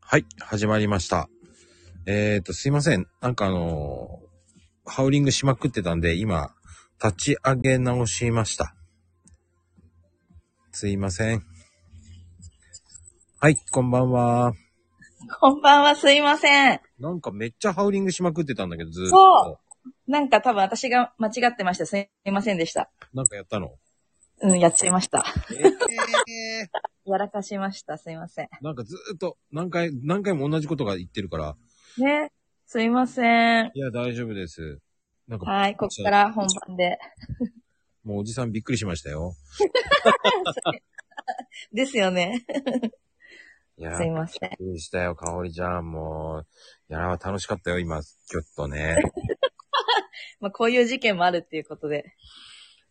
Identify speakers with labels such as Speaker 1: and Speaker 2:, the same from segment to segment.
Speaker 1: はい、始まりました。えっ、ー、と、すいません。なんかあのーハウリングしまくってたんで、今、立ち上げ直しました。すいません。はい、こんばんは。
Speaker 2: こんばんは、すいません。
Speaker 1: なんかめっちゃハウリングしまくってたんだけど、ずーっ
Speaker 2: そ
Speaker 1: と。
Speaker 2: なんか多分私が間違ってました。すいませんでした。
Speaker 1: なんかやったの
Speaker 2: うん、やっちゃいました。
Speaker 1: ええ
Speaker 2: やらかしました。すいません。
Speaker 1: なんかずーっと、何回、何回も同じことが言ってるから、
Speaker 2: ね。すいません。
Speaker 1: いや、大丈夫です。なんか、
Speaker 2: はい、こっから本番で。
Speaker 1: もうおじさんびっくりしましたよ。
Speaker 2: ですよね。
Speaker 1: いやー
Speaker 2: すいません。
Speaker 1: びっくりしたよ、かおりちゃん。もう、いやー、楽しかったよ、今、ちょっと ね。
Speaker 2: まあ、こういう事件もあるっていうことで。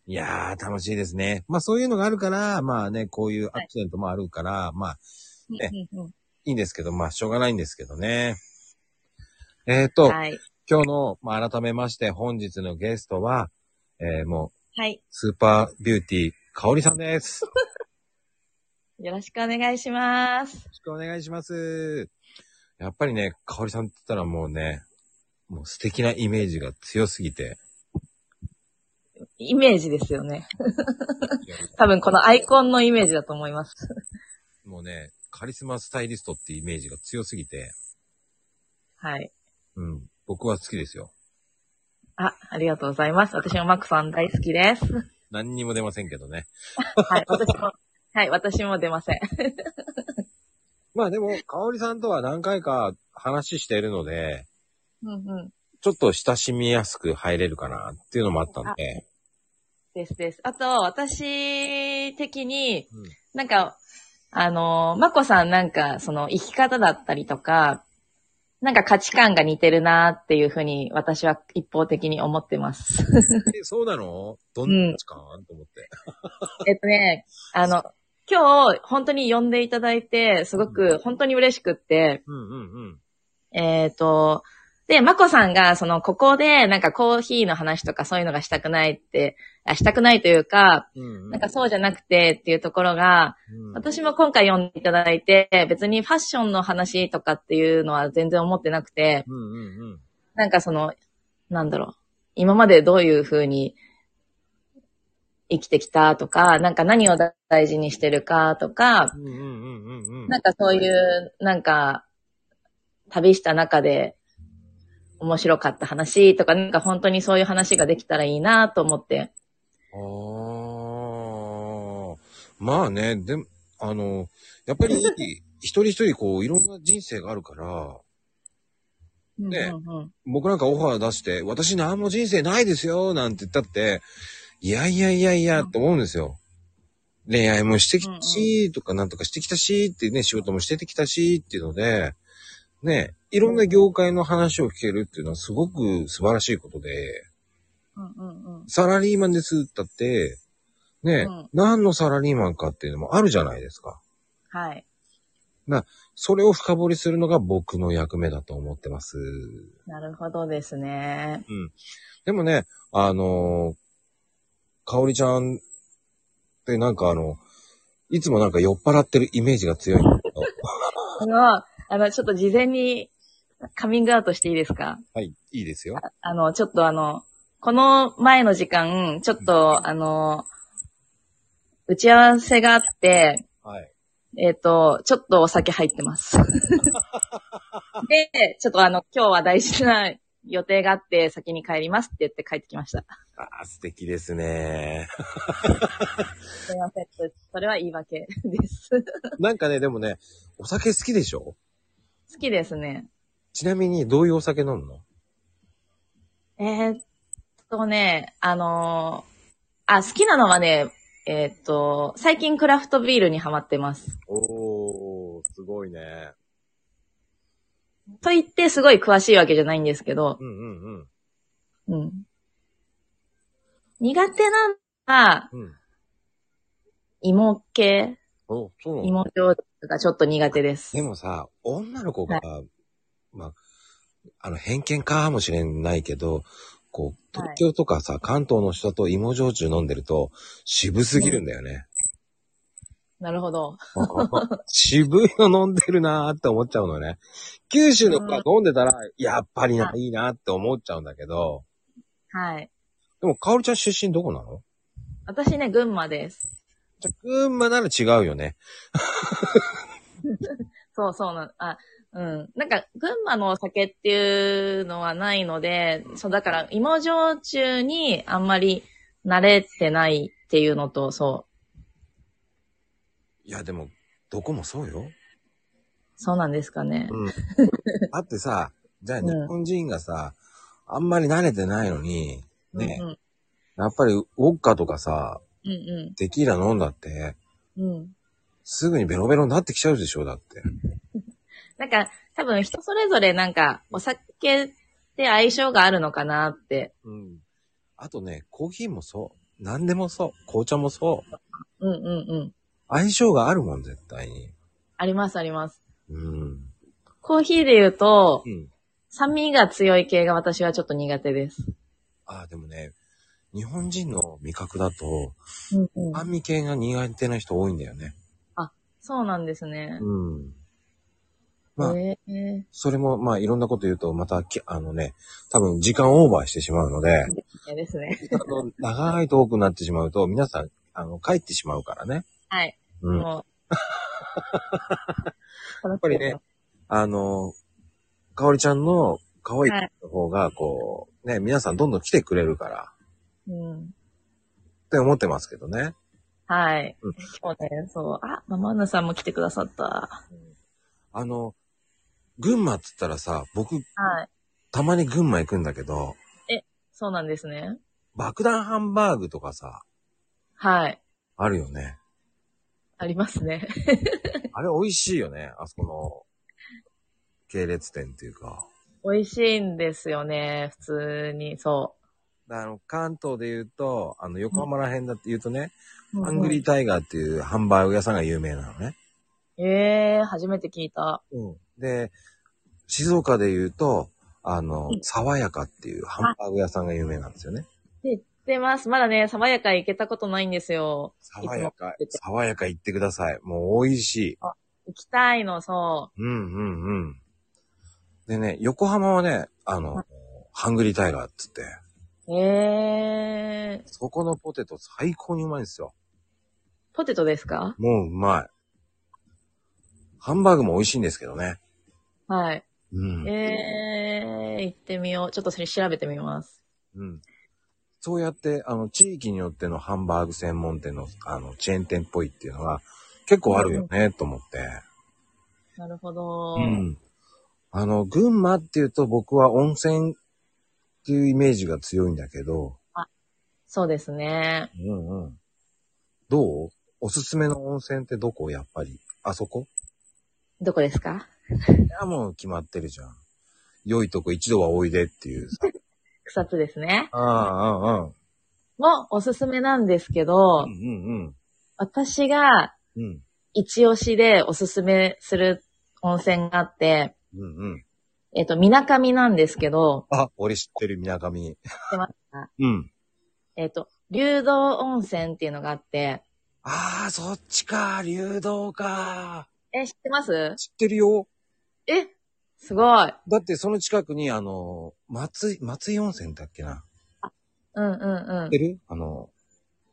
Speaker 1: いやー、楽しいですね。まあ、そういうのがあるから、まあね、こういうアクシデントもあるから、まあ、ね
Speaker 2: うんうん
Speaker 1: いいんですけど、まあ、しょうがないんですけどね。えー
Speaker 2: う
Speaker 1: と、
Speaker 2: んはい。
Speaker 1: 今日の、まあ、改めまして、本日のゲストは、えー、もう、
Speaker 2: はい。
Speaker 1: スーパービューティー、かおりさんです。よろ
Speaker 2: よろしくお願いします。
Speaker 1: しくお願いします。やっぱりね、かおりさんって言ったらもうね、もう素敵なイメージが強すぎて。
Speaker 2: イメージですよね。 多分このアイコンのイメージだと思います。
Speaker 1: もうね、カリスマスタイリストっていうイメージが強すぎて、
Speaker 2: はい。
Speaker 1: うん、僕は好きですよ。
Speaker 2: あ、ありがとうございます。私もマクさん大好きです。
Speaker 1: 何にも出ませんけどね。
Speaker 2: はい、私も。はい、私も出ません。
Speaker 1: まあでも、かおりさんとは何回か話しているので、
Speaker 2: うんうん。
Speaker 1: ちょっと親しみやすく入れるかなっていうのもあったんで、
Speaker 2: ですです。あと、私的に、
Speaker 1: うん
Speaker 2: なんか、あのー、まこさんなんか、その、生き方だったりとか、なんか価値観が似てるなっていうふうに、私は一方的に思ってます。
Speaker 1: えそうなのどんな時間、と思って。
Speaker 2: えっとね、あの、今日、本当に呼んでいただいて、すごく、本当に嬉しくって、
Speaker 1: うんうんうん。
Speaker 2: えっ、と、で、まこさんが、その、ここで、なんかコーヒーの話とかそういうのがしたくないって、あしたくないというか、
Speaker 1: うんうん
Speaker 2: なんかそうじゃなくてっていうところが、
Speaker 1: うん
Speaker 2: 私も今回読んでいただいて、別にファッションの話とかっていうのは全然思ってなくて、
Speaker 1: うんうんうん。
Speaker 2: なんかその、なんだろう、今までどういう風に生きてきたとか、なんか何を大事にしてるかとか、
Speaker 1: うんうんうんうんうん
Speaker 2: なんかそういう、なんか、旅した中で面白かった話とか、なんか本当にそういう話ができたらいいなと思って。
Speaker 1: ああ。まあね、でも、あの、やっぱり、一人一人こう、いろんな人生があるから、ね
Speaker 2: うんうんうん
Speaker 1: 僕なんかオファー出して、私何も人生ないですよ、なんて言ったって、いやいやいやいや、と思うんですよ。恋愛もしてきたし、とかなんとかしてきたし、ってね、仕事もしてきたし、っていうので、ね、いろんな業界の話を聞けるっていうのはすごく素晴らしいことで、
Speaker 2: うんうんうん
Speaker 1: サラリーマンですったって、ね、
Speaker 2: うん
Speaker 1: 何のサラリーマンかっていうのもあるじゃないですか。
Speaker 2: はい。
Speaker 1: それを深掘りするのが僕の役目だと思ってます。
Speaker 2: なるほどですね。
Speaker 1: でもね、あのー、かおりちゃんってなんかあの、いつもなんか酔っ払ってるイメージが強いんだけど。
Speaker 2: あの、あの、ちょっと事前にカミングアウトしていいですか
Speaker 1: はい、いいですよ。
Speaker 2: あの、ちょっとあの、この前の時間、ちょっとあの、打ち合わせがあって、
Speaker 1: はい。
Speaker 2: えっ、と、ちょっとお酒入ってます。で、ちょっとあの、今日は大事な予定があって、先に帰りますって言って帰ってきました。
Speaker 1: あー素敵ですね。
Speaker 2: すいません。それは言い訳です。
Speaker 1: なんかね、でもね、お酒好きでしょ
Speaker 2: 好きですね。
Speaker 1: ちなみにどういうお酒飲むの
Speaker 2: えーっとね、あのーあ、好きなのはね、えーっと、最近クラフトビールにハマってます。
Speaker 1: おー、すごいね。
Speaker 2: と言ってすごい詳しいわけじゃないんですけど、
Speaker 1: うんうんうん。
Speaker 2: うん。苦手なのは、
Speaker 1: うん。
Speaker 2: 芋系、
Speaker 1: お、そうなの
Speaker 2: 芋料理がちょっと苦手です。
Speaker 1: でもさ、女の子が、まあ、あの、偏見かもしれないけど、こう、
Speaker 2: はい
Speaker 1: 東京とかさ、関東の人と芋焼酎飲んでると、渋すぎるんだよね。
Speaker 2: なるほど。
Speaker 1: 渋いの飲んでるなーって思っちゃうのね。九州の子は飲んでたら、やっぱりな、
Speaker 2: はい
Speaker 1: いなって思っちゃうんだけど、
Speaker 2: はい。
Speaker 1: でも、かおりちゃん出身どこなの
Speaker 2: 私ね、群馬です。
Speaker 1: じゃ、群馬なら違うよね。
Speaker 2: そうそうな、あ、うん。なんか、群馬のお酒っていうのはないので、そう、だから、芋焼酎にあんまり慣れてないっていうのと、そう、
Speaker 1: いや、でも、どこもそうよ。
Speaker 2: そうなんですかね。
Speaker 1: うん。あってさ、じゃあ
Speaker 2: うん
Speaker 1: 日本人がさ、あんまり慣れてないのに、ね、
Speaker 2: うん
Speaker 1: やっぱりウォッカとかさ、
Speaker 2: うん
Speaker 1: テキーラ飲んだって、
Speaker 2: うん。うん。
Speaker 1: すぐにベロベロになってきちゃうでしょ、だって。
Speaker 2: なんか、多分人それぞれなんか、お酒って相性があるのかなって。
Speaker 1: うん。あとね、コーヒーもそう。何でもそう。紅茶もそう。
Speaker 2: うんうんうん。
Speaker 1: 相性があるもん、絶対に。
Speaker 2: ありますあります。
Speaker 1: うん。
Speaker 2: コーヒーで言うと
Speaker 1: う、ん。
Speaker 2: 酸味が強い系が私はちょっと苦手です。
Speaker 1: ああ、でもね、日本人の味覚だと、
Speaker 2: うんうん
Speaker 1: 酸味系が苦手な人多いんだよね。
Speaker 2: そうなんですね。
Speaker 1: うん。まあ、
Speaker 2: えー
Speaker 1: それも、まあ、いろんなこと言うと、またき、あのね、多分時間オーバーしてしまうので、
Speaker 2: 嫌ですね。
Speaker 1: あの、長いトークになってしまうと、皆さん、あの、帰ってしまうからね。
Speaker 2: はい。
Speaker 1: うん。
Speaker 2: も う。やっ
Speaker 1: ぱりね。あの、かおりちゃんの可愛い方が、こう、ね、皆さんどんどん来てくれるから、
Speaker 2: うん。
Speaker 1: って思ってますけどね。
Speaker 2: はい。
Speaker 1: うん
Speaker 2: 今日ね、そう。あ、ママアンナさんも来てくださった。は
Speaker 1: あの、群馬っつったらさ、僕、
Speaker 2: い。
Speaker 1: たまに群馬行くんだけど、
Speaker 2: そうなんですね。
Speaker 1: 爆弾ハンバーグとかさ、
Speaker 2: はい。
Speaker 1: あるよね。
Speaker 2: ありますね。
Speaker 1: あれ美味しいよね、あそこの、系列店っていうか。
Speaker 2: 美味しいんですよね、普通に、そ
Speaker 1: あの、関東で言うと、あの、横浜ら辺だって言うとね、
Speaker 2: う。
Speaker 1: ハングリータイガーっていうハンバーグ屋さんが有名なのね。
Speaker 2: ええー、初めて聞いた。
Speaker 1: うん。で、静岡で言うと、あの
Speaker 2: う、ん
Speaker 1: 爽やかっていうハンバーグ屋さんが有名なんですよね。
Speaker 2: 出ます。まだね、爽やか行けたことないんですよ。
Speaker 1: 爽やか
Speaker 2: いつも行って、て
Speaker 1: 爽やか行ってください。もう美味しい。
Speaker 2: 行きたいの、そ
Speaker 1: うんうんうん。でね、横浜はね、あの、ハングリータイガーっつって、
Speaker 2: う。ええー、
Speaker 1: そこのポテト最高にうまいんですよ。
Speaker 2: ポテトですか
Speaker 1: もううまい。ハンバーグも美味しいんですけどね。
Speaker 2: はい。
Speaker 1: うん。
Speaker 2: ええー、行ってみよう。ちょっとそれ調べてみます。
Speaker 1: うん。そうやって、あの、地域によってのハンバーグ専門店の、あの、チェーン店っぽいっていうのは、結構あるよね、と思って。
Speaker 2: なるほど。
Speaker 1: うん。あの、群馬っていうと僕は温泉っていうイメージが強いんだけど、
Speaker 2: そうですね。
Speaker 1: うんうん。どうおすすめの温泉ってどこやっぱり。あそこ
Speaker 2: どこですか
Speaker 1: いや、もう決まってるじゃん。良いとこ一度はおいでっていうさ。
Speaker 2: 草津ですね。
Speaker 1: ああ、ああ、
Speaker 2: もおすすめなんですけ
Speaker 1: ああ。
Speaker 2: ど
Speaker 1: うん、うん
Speaker 2: 私が
Speaker 1: うん。うん。
Speaker 2: 一押しでおすすめする温泉があって、
Speaker 1: うんうん。
Speaker 2: えっ、と、みなかみなんですけど、
Speaker 1: あ、俺知ってる、みなかみ。
Speaker 2: ってますか
Speaker 1: うん。
Speaker 2: えっ、と、流動温泉っていうのがあって、
Speaker 1: ああ、そっちか、流動か。
Speaker 2: え、知ってます
Speaker 1: 知ってるよ。
Speaker 2: えすごい。
Speaker 1: だってその近くに、あの、松井、松井温泉だっけな。
Speaker 2: うんうんうん
Speaker 1: 知って。るあの、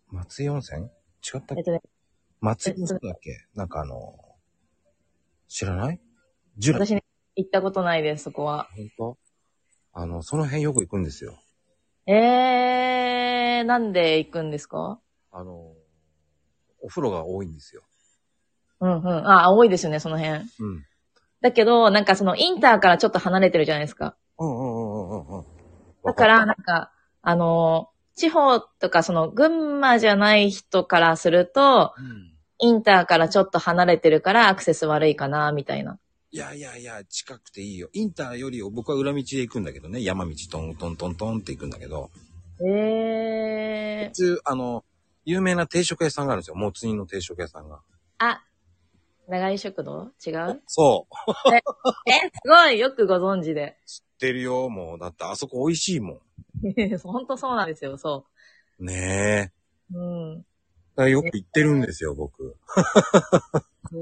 Speaker 1: 松井温泉違ったっ
Speaker 2: えっ
Speaker 1: け
Speaker 2: とね、
Speaker 1: 松井温泉だっけなんかあの、知らないジュラ、
Speaker 2: 私ね、行ったことないです、そこは。
Speaker 1: ほんとあの、その辺よく行くんですよ。
Speaker 2: えー、なんで行くんですか
Speaker 1: あの、お風呂が多いんですよ。
Speaker 2: うんうん。あ、多いですよね、その辺。
Speaker 1: うん。
Speaker 2: だけど、なんかそのインターからちょっと離れてるじゃないですか。
Speaker 1: うんうんうんうんうんうん。
Speaker 2: だから、なんか、あのー地方とかその群馬じゃない人からすると、
Speaker 1: うん、
Speaker 2: インターからちょっと離れてるからアクセス悪いかな、みたいな。
Speaker 1: いやいやいや、近くていいよ。インターより僕は裏道で行くんだけどね、山道トントントントンって行くんだけど、
Speaker 2: えー
Speaker 1: 普。通、あの、有名な定食屋さんがあるんですよ。もつ煮の定食屋さんが。
Speaker 2: あ、長井食堂違う
Speaker 1: そう。
Speaker 2: え、すごいよくご存知 で。
Speaker 1: 知ってるよ、もう。だってあそこ美味しいも
Speaker 2: ほんとそうなんですよ、そ
Speaker 1: ん。ねえ。
Speaker 2: う。うん。
Speaker 1: からよく言ってるんですよ、僕。
Speaker 2: すご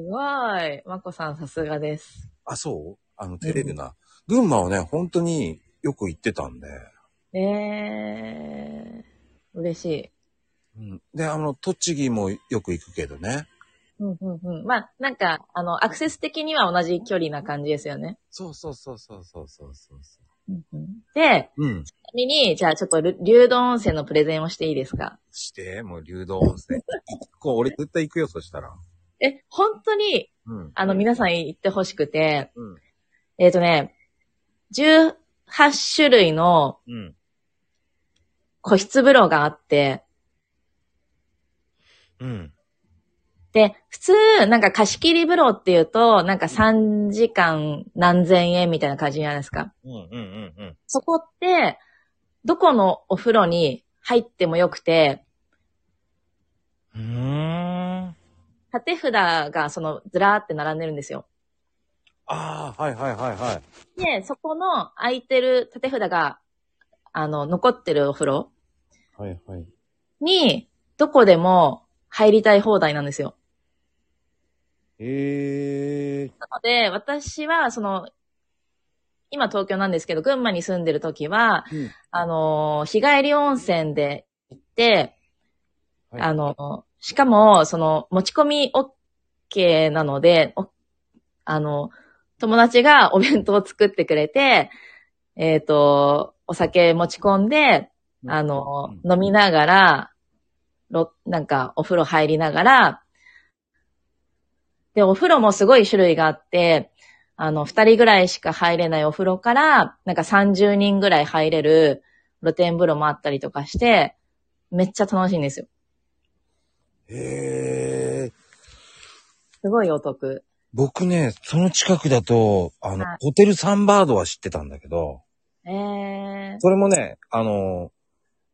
Speaker 2: い。まこさんさすがです。
Speaker 1: あ、そうあの、照れるな。群馬はね、本当によく行ってたんで。
Speaker 2: ええー、嬉しい。
Speaker 1: うん。で、あの、栃木もよく行くけどね。
Speaker 2: うんうんうん。まあ、なんか、あの、アクセス的には同じ距離な感じですよね。
Speaker 1: そうそうそうそうそうそうそうそ
Speaker 2: うんうん、で、
Speaker 1: う。うん。
Speaker 2: ちなみに、じゃあちょっとル、流動温泉のプレゼンをしていいですか
Speaker 1: して、もう流動温泉。 こう、俺絶対行くよ、そしたら。
Speaker 2: え、本当に、
Speaker 1: うん。
Speaker 2: あの、皆さん行ってほしくて、
Speaker 1: うん。
Speaker 2: えっ、とね、18種類の
Speaker 1: うん。
Speaker 2: 個室風呂があって、
Speaker 1: うん。
Speaker 2: で、普通、なんか貸し切り風呂っていうと、なんか3時間何千円みたいな感じじゃないですか。
Speaker 1: うん。うん。うん。
Speaker 2: そこって、どこのお風呂に入ってもよくて、
Speaker 1: うん。あ
Speaker 2: 縦札がそのずらーって並んでるんですよ。
Speaker 1: あー、はいはいはいはい。
Speaker 2: で、そこの空いてる縦札が、あの、残ってるお風呂
Speaker 1: はいはい。
Speaker 2: に、どこでも入りたい放題なんですよ。
Speaker 1: ええ
Speaker 2: なので、私は、その、今東京なんですけど、群馬に住んでる時は、
Speaker 1: ー。
Speaker 2: あのー、日帰り温泉で行って、
Speaker 1: はい
Speaker 2: あの、しかも、その、持ち込み OK なので、おあの、友達がお弁当を作ってくれて、えっ、と、お酒持ち込んで、あの、飲みながら、ろ、なんか、お風呂入りながら、で、お風呂もすごい種類があって、あの、二人ぐらいしか入れないお風呂から、なんか30人ぐらい入れる露天風呂もあったりとかして、めっちゃ楽しいんですよ。
Speaker 1: ええ
Speaker 2: すごいお得。
Speaker 1: 僕ね、その近くだと、あの
Speaker 2: はい、
Speaker 1: ホテルサンバードは知ってたんだけど、
Speaker 2: ええー。
Speaker 1: それもね、あの、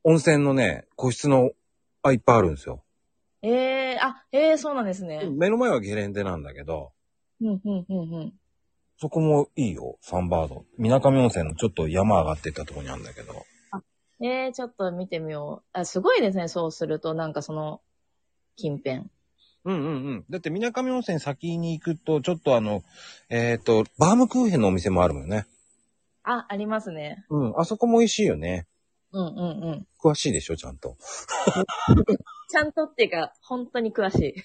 Speaker 1: 温泉のね、個室の、あ、いっぱいあるんですよ。
Speaker 2: ええー、あ、ええー、そうなんですね。
Speaker 1: 目の前はゲレンデなんだけど、
Speaker 2: うん、うん、うん、うん。
Speaker 1: そこもいいよ、サンバード。水上温泉のちょっと山上がってったところにあるんだけど。
Speaker 2: ええー、ちょっと見てみよう。あ、すごいですね、そうすると、なんかその、近辺。
Speaker 1: うんうんうん。だって水上温泉先に行くと、ちょっとあの、えっ、と、バームクーヘンのお店もあるもんね。
Speaker 2: あ、ありますね。
Speaker 1: うん、あそこも美味しいよね。
Speaker 2: うん、うん、うん。
Speaker 1: 詳しいでしょ、ちゃんと。
Speaker 2: ちゃんとっていうか、本当に詳しい。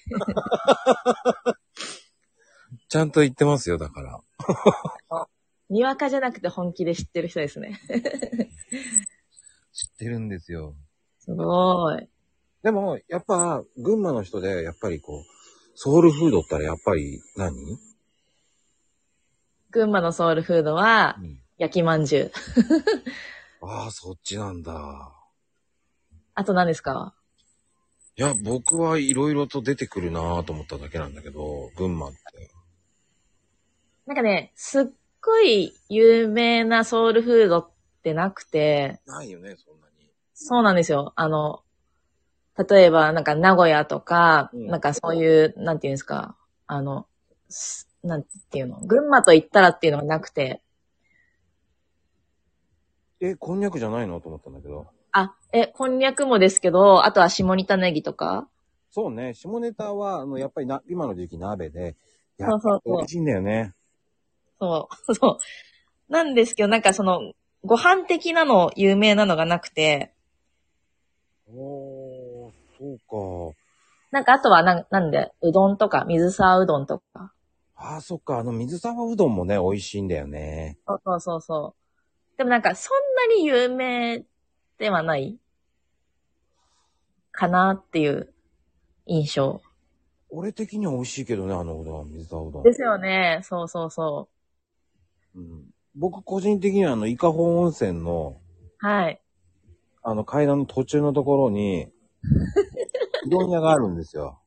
Speaker 1: ちゃんと行ってますよ、だから。
Speaker 2: にわかじゃなくて本気で知ってる人ですね。
Speaker 1: 知ってるんですよ。
Speaker 2: すごい。
Speaker 1: でも、やっぱ、群馬の人で、やっぱりこう、ソウルフードったらやっぱり何、
Speaker 2: 群馬のソウルフードは、
Speaker 1: うん
Speaker 2: 焼きまんじゅう。
Speaker 1: ああ、そっちなんだ。
Speaker 2: あと何ですか
Speaker 1: いや、僕はいろいろと出てくるなぁと思っただけなんだけど、群馬って。
Speaker 2: なんかね、すっごい有名なソウルフードってなくて、
Speaker 1: ないよね、そんなに。
Speaker 2: そうなんですよ。あの、例えば、なんか名古屋とか、
Speaker 1: うん
Speaker 2: なんかそういう、なんていうんですか、あの、すなんていうの、群馬と言ったらっていうのがなくて、
Speaker 1: え、こんにゃくじゃないのと思ったんだけど。
Speaker 2: あ、え、こんにゃくもですけど、あとは下仁田ネギとか
Speaker 1: そうね、下ネタは、あの、やっぱりな、今の時期鍋で、や
Speaker 2: そうそうそう
Speaker 1: 美味しいんだよね。
Speaker 2: そう、 そう。なんですけど、なんかその、ご飯的なの、有名なのがなくて、
Speaker 1: おー、そう
Speaker 2: なんかあとはな、なんで、うどんとか、水沢うどんとか。
Speaker 1: か。ああ、そっか、あの、水沢うどんもね、美味しいんだよね。
Speaker 2: そうそうそうそう。でもなんか、そんなに有名ではないかなっていう印象。
Speaker 1: 俺的には美味しいけどね、あのうどん、水沢うどん。
Speaker 2: ですよね。そうそうそ
Speaker 1: うん、僕個人的には、あの、伊香保温泉の、
Speaker 2: う。はい。
Speaker 1: あの、階段の途中のところ に、うどん屋があるんですよ。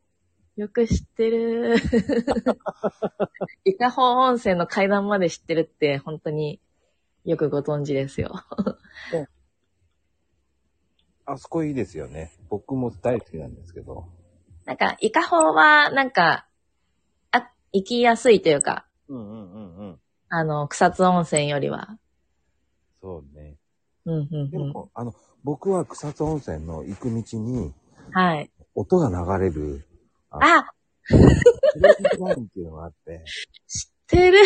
Speaker 2: よく知ってる。 伊香保温泉の階段まで知ってるって、本当によくご存知ですよ。
Speaker 1: あそこいいですよね。僕も大好きなんですけど。
Speaker 2: なんか、伊香保は、なんか、あ、行きやすいというか、
Speaker 1: うんうんうんうん。
Speaker 2: あの、草津温泉よりは。
Speaker 1: そうね。
Speaker 2: うん、うん、
Speaker 1: で
Speaker 2: うん。
Speaker 1: も、あの、僕は草津温泉の行く道に、
Speaker 2: はい。
Speaker 1: 音が流れる、
Speaker 2: あ、
Speaker 1: クレイジットラインっていうのがあって、
Speaker 2: てる。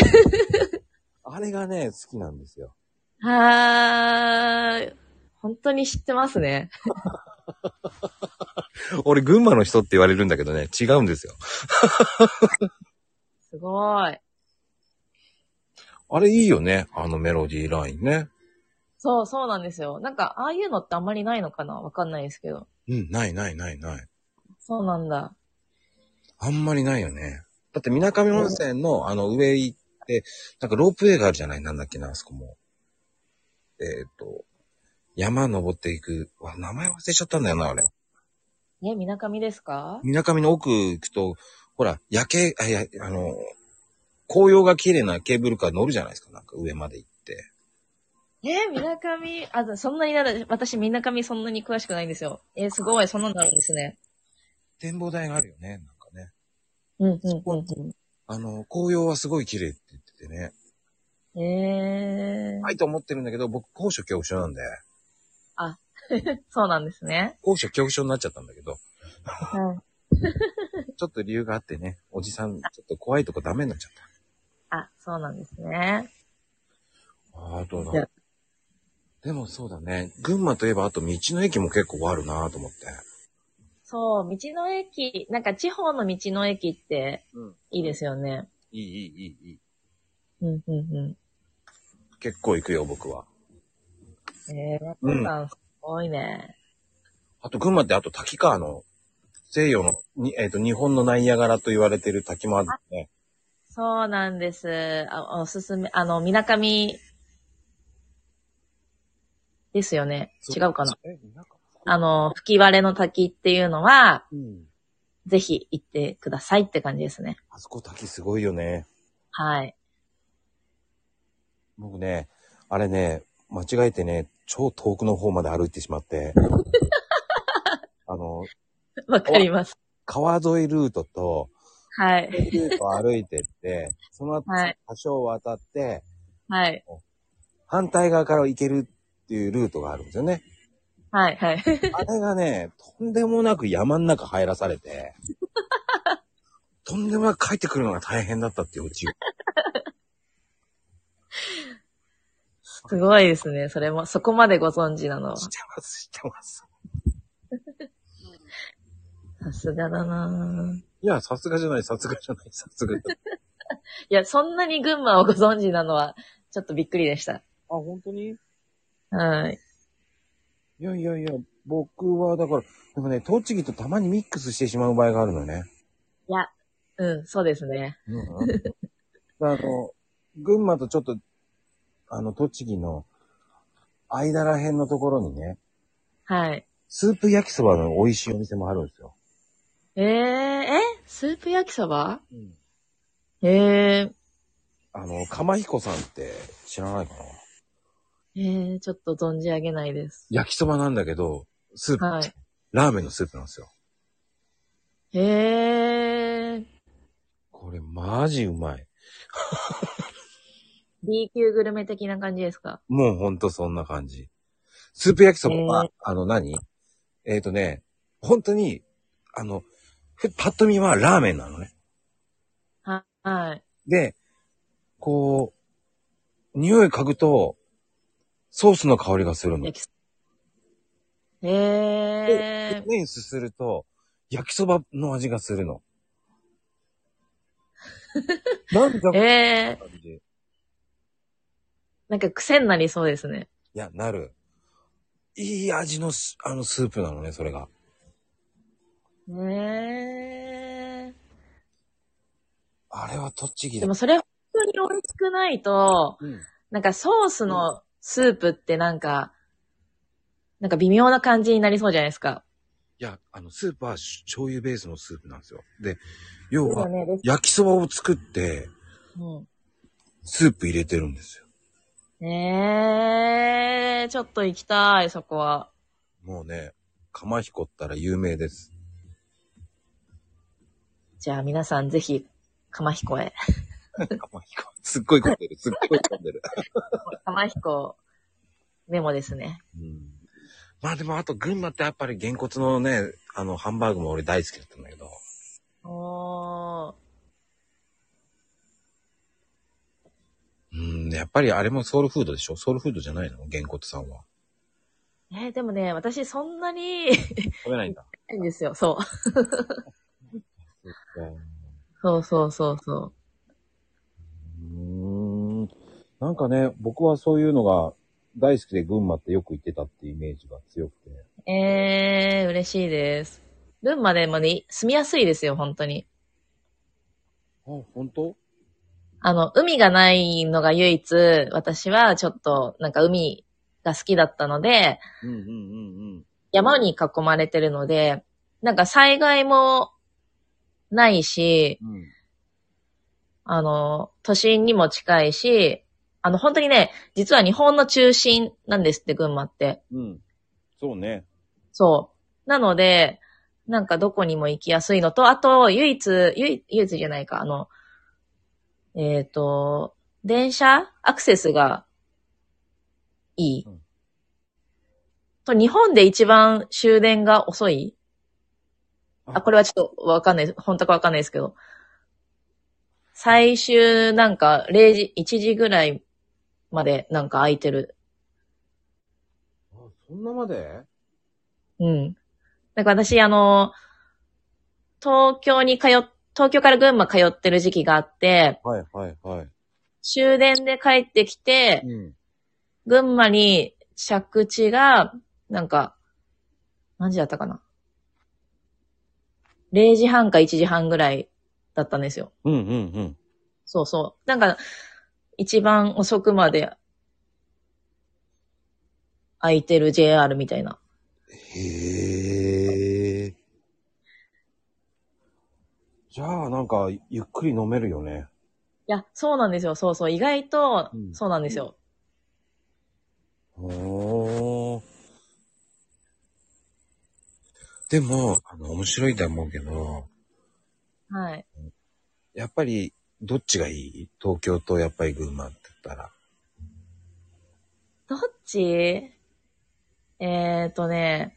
Speaker 1: あれがね、好きなんですよ。
Speaker 2: はーい。本当に知ってますね。
Speaker 1: 俺、群馬の人って言われるんだけどね、違うんですよ。
Speaker 2: すごい。
Speaker 1: あれいいよね、あのメロディーラインね。
Speaker 2: そう、そうなんですよ。なんか、ああいうのってあんまりないのかなわかんないですけど。
Speaker 1: うん、ないないないない。
Speaker 2: そうなんだ。
Speaker 1: あんまりないよね。だって、水上温泉の、あの、上行って、なんかロープウェイがあるじゃないなんだっけな、あそこも。えっ、と、山登っていく。うわ、名前忘れちゃったんだよな、あれ。
Speaker 2: え、みなかみですか
Speaker 1: 水上の奥行くと、ほら、夜景、あ、いや、あの、紅葉が綺麗なケーブルカー乗るじゃないですか、なんか上まで行って。
Speaker 2: え、みなかみ、あ、そんなになる、私みなかみそんなに詳しくないんですよ。え、すごい、そんなのあるんですね。
Speaker 1: 展望台があるよね、なんかね。
Speaker 2: うん、うん、うん、
Speaker 1: あの、紅葉はすごい綺麗って言っててね。
Speaker 2: うん。えー
Speaker 1: は、いと思ってるんだけど、僕、高所恐怖症なんで、
Speaker 2: そうなんですね。
Speaker 1: 高所恐怖症になっちゃったんだけど、
Speaker 2: はい。
Speaker 1: ちょっと理由があってね、おじさん、ちょっと怖いとこダメになっちゃっ
Speaker 2: あ、そうなんですね。
Speaker 1: た。ああと
Speaker 2: いや
Speaker 1: な。でもそうだね、群馬といえばあと道の駅も結構あるなと思って。
Speaker 2: そう、道の駅、なんか地方の道の駅って
Speaker 1: うん。
Speaker 2: いいですよね。
Speaker 1: いい、いい、いい、いい。
Speaker 2: うん、うん、
Speaker 1: 結構行くよ、僕は。
Speaker 2: うん。えー、
Speaker 1: う
Speaker 2: うんん、すごいね。
Speaker 1: あと群馬ってあと滝川の、西洋の、にえっ、と、日本のナイアガラと言われてる滝もあるね。
Speaker 2: そうなんです。あおすすめ、あの、みなかみですよね。違うかな。
Speaker 1: え、なんか。
Speaker 2: あの、吹き割れの滝っていうのは、
Speaker 1: うん。
Speaker 2: ぜひ行ってくださいって感じですね。
Speaker 1: あそこ滝すごいよね。
Speaker 2: はい。
Speaker 1: 僕ね、あれね、間違えてね、超遠くの方まで歩いてしま って、あの、
Speaker 2: わかります。
Speaker 1: 川沿いルートと、
Speaker 2: はい。
Speaker 1: ルートを歩いてって、その後、
Speaker 2: はい
Speaker 1: 多少渡って、
Speaker 2: はい。
Speaker 1: 反対側から行けるっていうルートがあるんですよね。
Speaker 2: はい。はい。
Speaker 1: あれがね、とんでもなく山ん中入らされ て、とんでもなく帰ってくるのが大変だったっていううち。
Speaker 2: すごいですね。それも、そこまでご存知なのは。
Speaker 1: 知ってます、知ってます。
Speaker 2: さすがだなぁ
Speaker 1: いや、さすがじゃない、さすがじゃない、さすがじゃ ない。
Speaker 2: いや、そんなに群馬をご存知なのは、ちょっとびっくりでした。
Speaker 1: あ、本当に
Speaker 2: はい。
Speaker 1: いやいやいや、僕はだから、でもね、栃木とたまにミックスしてしまう場合があるのね。
Speaker 2: いや、うん、そうですね。
Speaker 1: うん、 あの、群馬とちょっと、あの、栃木の間らへんのところにね、
Speaker 2: はい。
Speaker 1: スープ焼きそばの美味しいお店もあるんですよ。
Speaker 2: えー、えスープ焼きそば
Speaker 1: うん、
Speaker 2: えー、
Speaker 1: あの、釜彦さんって知らないかな
Speaker 2: えー、ちょっと存じ上げないです。
Speaker 1: 焼きそばなんだけど、スープ、
Speaker 2: はい。
Speaker 1: ラーメンのスープなんですよ。
Speaker 2: えー、
Speaker 1: これマジうまい。
Speaker 2: B 級グルメ的な感じですか
Speaker 1: もうほんとそんな感じ。スープ焼きそばは、
Speaker 2: へ
Speaker 1: あの何えっ、とね、本当に、あの、ふパッと見はラーメンなのね。
Speaker 2: は、はい。
Speaker 1: で、こう、匂い嗅ぐと、ソースの香りがするの。
Speaker 2: 焼きそば。えー、
Speaker 1: 麺すすると、焼きそばの味がするの。 なんだこの
Speaker 2: えー、
Speaker 1: 感じ。い
Speaker 2: なんか癖になりそうですね。
Speaker 1: や、なる。いい味のす、あの、スープなのね、それが。
Speaker 2: えー。
Speaker 1: あれは栃木
Speaker 2: で
Speaker 1: だ。
Speaker 2: もそれ本当に美味しくないと、
Speaker 1: うん
Speaker 2: なんかソースのスープってなんか、なんか微妙な感じになりそうじゃないですか。
Speaker 1: いや、あの、スープはし醤油ベースのスープなんですよ。で、要は、
Speaker 2: ね。です
Speaker 1: 焼きそばを作って、
Speaker 2: う
Speaker 1: スープ入れてるんですよ。
Speaker 2: ん、えー、ちょっと行きたい、そこは。
Speaker 1: もうね、釜彦ったら有名です。
Speaker 2: じゃあ皆さんぜひ、鎌彦へ。
Speaker 1: 釜彦。すっごい混んでる、すっごい混んでる。
Speaker 2: 鎌彦、メモですね。
Speaker 1: うん、まあでもあと群馬ってやっぱり原骨のね、あの、ハンバーグも俺大好きだったんだけど。
Speaker 2: おー。
Speaker 1: うん、やっぱりあれもソウルフードでしょソウルフードじゃないの原骨さんは。
Speaker 2: えーでもね、私そんなに、
Speaker 1: 食べないんだ。
Speaker 2: ないんですよ。そう。そうそうそうそう。
Speaker 1: うん。なんかね、僕はそういうのが大好きで群馬ってよく行ってたっていうイメージが強くて。
Speaker 2: えー、嬉しいです。群馬でもね、住みやすいですよ、本当に。
Speaker 1: あ、本当
Speaker 2: あの、海がないのが唯一、私はちょっと、なんか海が好きだったので、
Speaker 1: うんうんうんうん。
Speaker 2: 山に囲まれてるので、なんか災害もないし、
Speaker 1: うん。
Speaker 2: あの、都心にも近いし、あの、本当にね、実は日本の中心なんですって、群馬って。
Speaker 1: うん。そうね。
Speaker 2: そう。なので、なんかどこにも行きやすいのと、あと、唯一、唯唯一じゃないか、あの、えっ、と、電車アクセスがいい。
Speaker 1: うん
Speaker 2: と、日本で一番終電が遅いあ、これはちょっとわかんないです。本当かわかんないですけど。最終、なんか、0時、1時ぐらいまで、なんか空いてる。
Speaker 1: あ、そんなまで
Speaker 2: うん。なんか私、あの、東京に通っ、東京から群馬通ってる時期があって、
Speaker 1: はいはいはい。
Speaker 2: 終電で帰ってきて、
Speaker 1: うん。
Speaker 2: 群馬に着地が、なんか、何時だったかな。0時半か1時半ぐらいだったんですよ。
Speaker 1: うんうんうん。
Speaker 2: そうそう。なんか、一番遅くまで空いてる JR みたいな。
Speaker 1: へえ。じゃあ、なんか、ゆっくり飲めるよね。
Speaker 2: いや、そうなんですよ。そうそう。意外と
Speaker 1: う、ん
Speaker 2: そうなんですよ。
Speaker 1: おー。でも、あの、面白いと思うけど、
Speaker 2: はい。
Speaker 1: やっぱり、どっちがいい東京とやっぱり群馬って言ったら。
Speaker 2: どっちえーっとね、